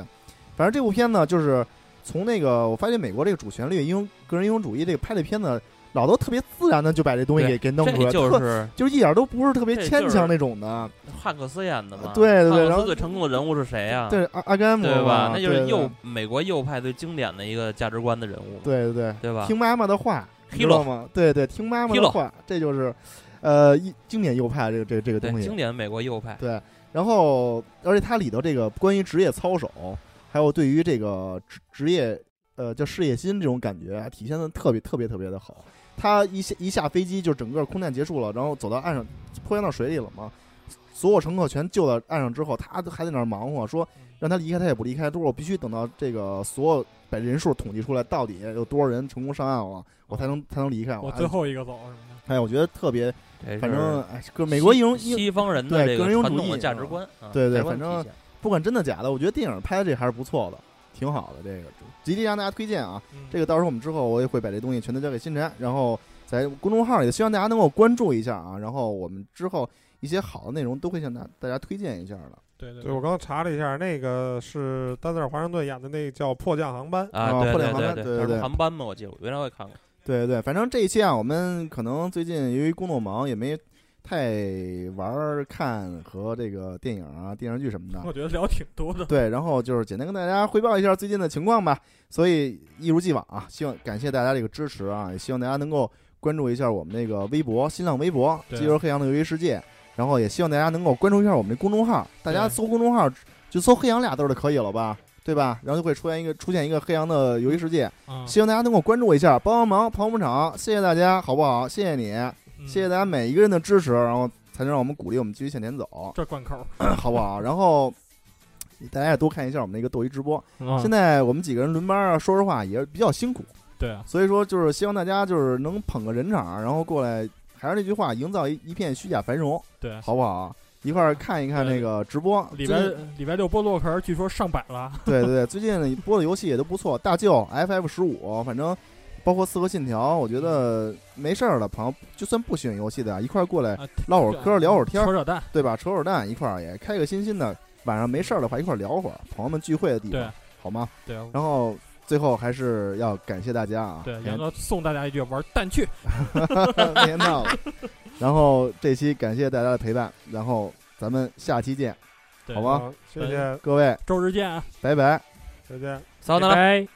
A: 反正这部片呢，就是从那个我发现美国这个主旋律英雄个人英雄主义这个拍的片子，老都特别自然的就把 这东西给给弄出
F: 这
A: 来，
F: 就
A: 特
F: 是
A: 就是一点都不是特别
F: 这
A: 牵
F: 就是啊
A: 强那种的。
F: 汉克斯演的嘛。
A: 对对对
F: 汉克斯
A: 然后
F: 最成功的人物是谁呀？
A: 对，阿阿甘姆
F: 对
A: 嘛？
F: 吧那就
A: 对
F: 是
A: 对
F: 右美国右派最经典的一个价值观的人物嘛，
A: 对对对，
F: 对吧？
A: 听妈妈的话，你知
F: Hero
A: 道吗？对对，听妈妈的
F: Hero
A: 话，这就是呃一经典右派这个这个这个
F: 对
A: 东，西
F: 经。典美国右派。
A: 对，然后而且它里头这个关于职业操守，还有对于这个职职业呃叫事业心这种感觉，体现的特别特别特别的好。他一下一下飞机就整个空难结束了，然后走到岸上，泼溅到水里了嘛。所有乘客全救到岸上之后，他还在那儿忙活，说让他离开他也不离开，他说我必须等到这个所有把人数统计出来，到底有多少人成功上岸了，我才能才能离开。
C: 我最后一个走是吗？
A: 哎，我觉得特别，
F: 这是
A: 反正哎，哥，美国英雄英
F: 西方人
A: 对
F: 的这
A: 个人英
F: 个传
A: 主
F: 统的
A: 义
F: 价
A: 啊
F: 值观，啊
A: 对对
F: 价值
A: 反
F: 观
A: 正
F: 体现
A: 不管真的假的，我觉得电影拍的这还是不错的，挺好的。这个极力向大家推荐啊！这个到时候我们之后我也会把这东西全都交给新晨，然后在公众号也希望大家能够关注一下啊。然后我们之后一些好的内容都会向大大家推荐一下的。
C: 对对
D: 对我刚刚查了一下，那个是丹泽尔华盛顿演的那个叫《迫降航班》，
A: 啊
F: 啊，对
A: 互联
F: 对
A: 网
F: 对
A: 班对对
F: 它
A: 对
F: 是航班嘛，我记得我原来我也看过。
A: 对对对，反正这一期啊，我们可能最近由于工作忙，也没太玩儿看和这个电影啊、电视剧什么的。
C: 我觉得聊挺多的，
A: 对，然后就是简单跟大家汇报一下最近的情况吧。所以一如既往啊，希望感谢大家这个支持啊，也希望大家能够关注一下我们那个微博、新浪微博“
C: 对
A: 自由黑羊的游戏世界”，然后也希望大家能够关注一下我们的公众号，大家
C: 对
A: 搜公众号就搜“黑羊”俩字儿就可以了吧。对吧？然后就会出现一个出现一个黑羊的游戏世界，
C: 啊
A: 希望大家能够关注一下，帮帮忙，捧捧场，谢谢大家，好不好？谢谢你，
C: 嗯
A: 谢谢大家每一个人的支持，然后才能让我们鼓励我们继续向前走。
C: 这贯口，
A: 好不好？然后大家也多看一下我们那个斗鱼直播。
B: 啊
A: 现在我们几个人轮班啊，说实话也比较辛苦，
C: 对啊，
A: 所以说就是希望大家就是 能捧个人场，然后过来。还是那句话，营造一一片虚假繁荣，
C: 对啊，
A: 好不好？一块儿看一看那个直播。
C: 礼
A: 最
C: 拜
A: 近
C: 礼拜六播洛克，据说上百了。
A: 对对对，最近播的游戏也都不错，大舅 FF 十五，反正包括《刺客信条》，我觉得没事儿的朋友，就算不喜欢游戏的，一块儿过来
C: 啊
A: 哎唠会儿 嗑儿，聊会儿天儿，
C: 扯扯淡。
A: 对吧？扯会儿蛋，一块儿也开个心心的。晚上没事儿的话，一块儿聊会儿，朋友们聚会的地
C: 对
A: 方，好吗？
C: 对
A: 然后最后还是要感谢大家啊，
C: 对， 杨哥送大家一句：玩蛋去。
A: 别闹了。然后这期感谢大家的陪伴，然后咱们下期见，
C: 对
A: 好
D: 好
A: 吗？
D: 谢谢，
F: 嗯
A: 各位，
C: 周日见啊。
A: 拜拜。
D: 再见。
F: 桑德拉。
E: 拜。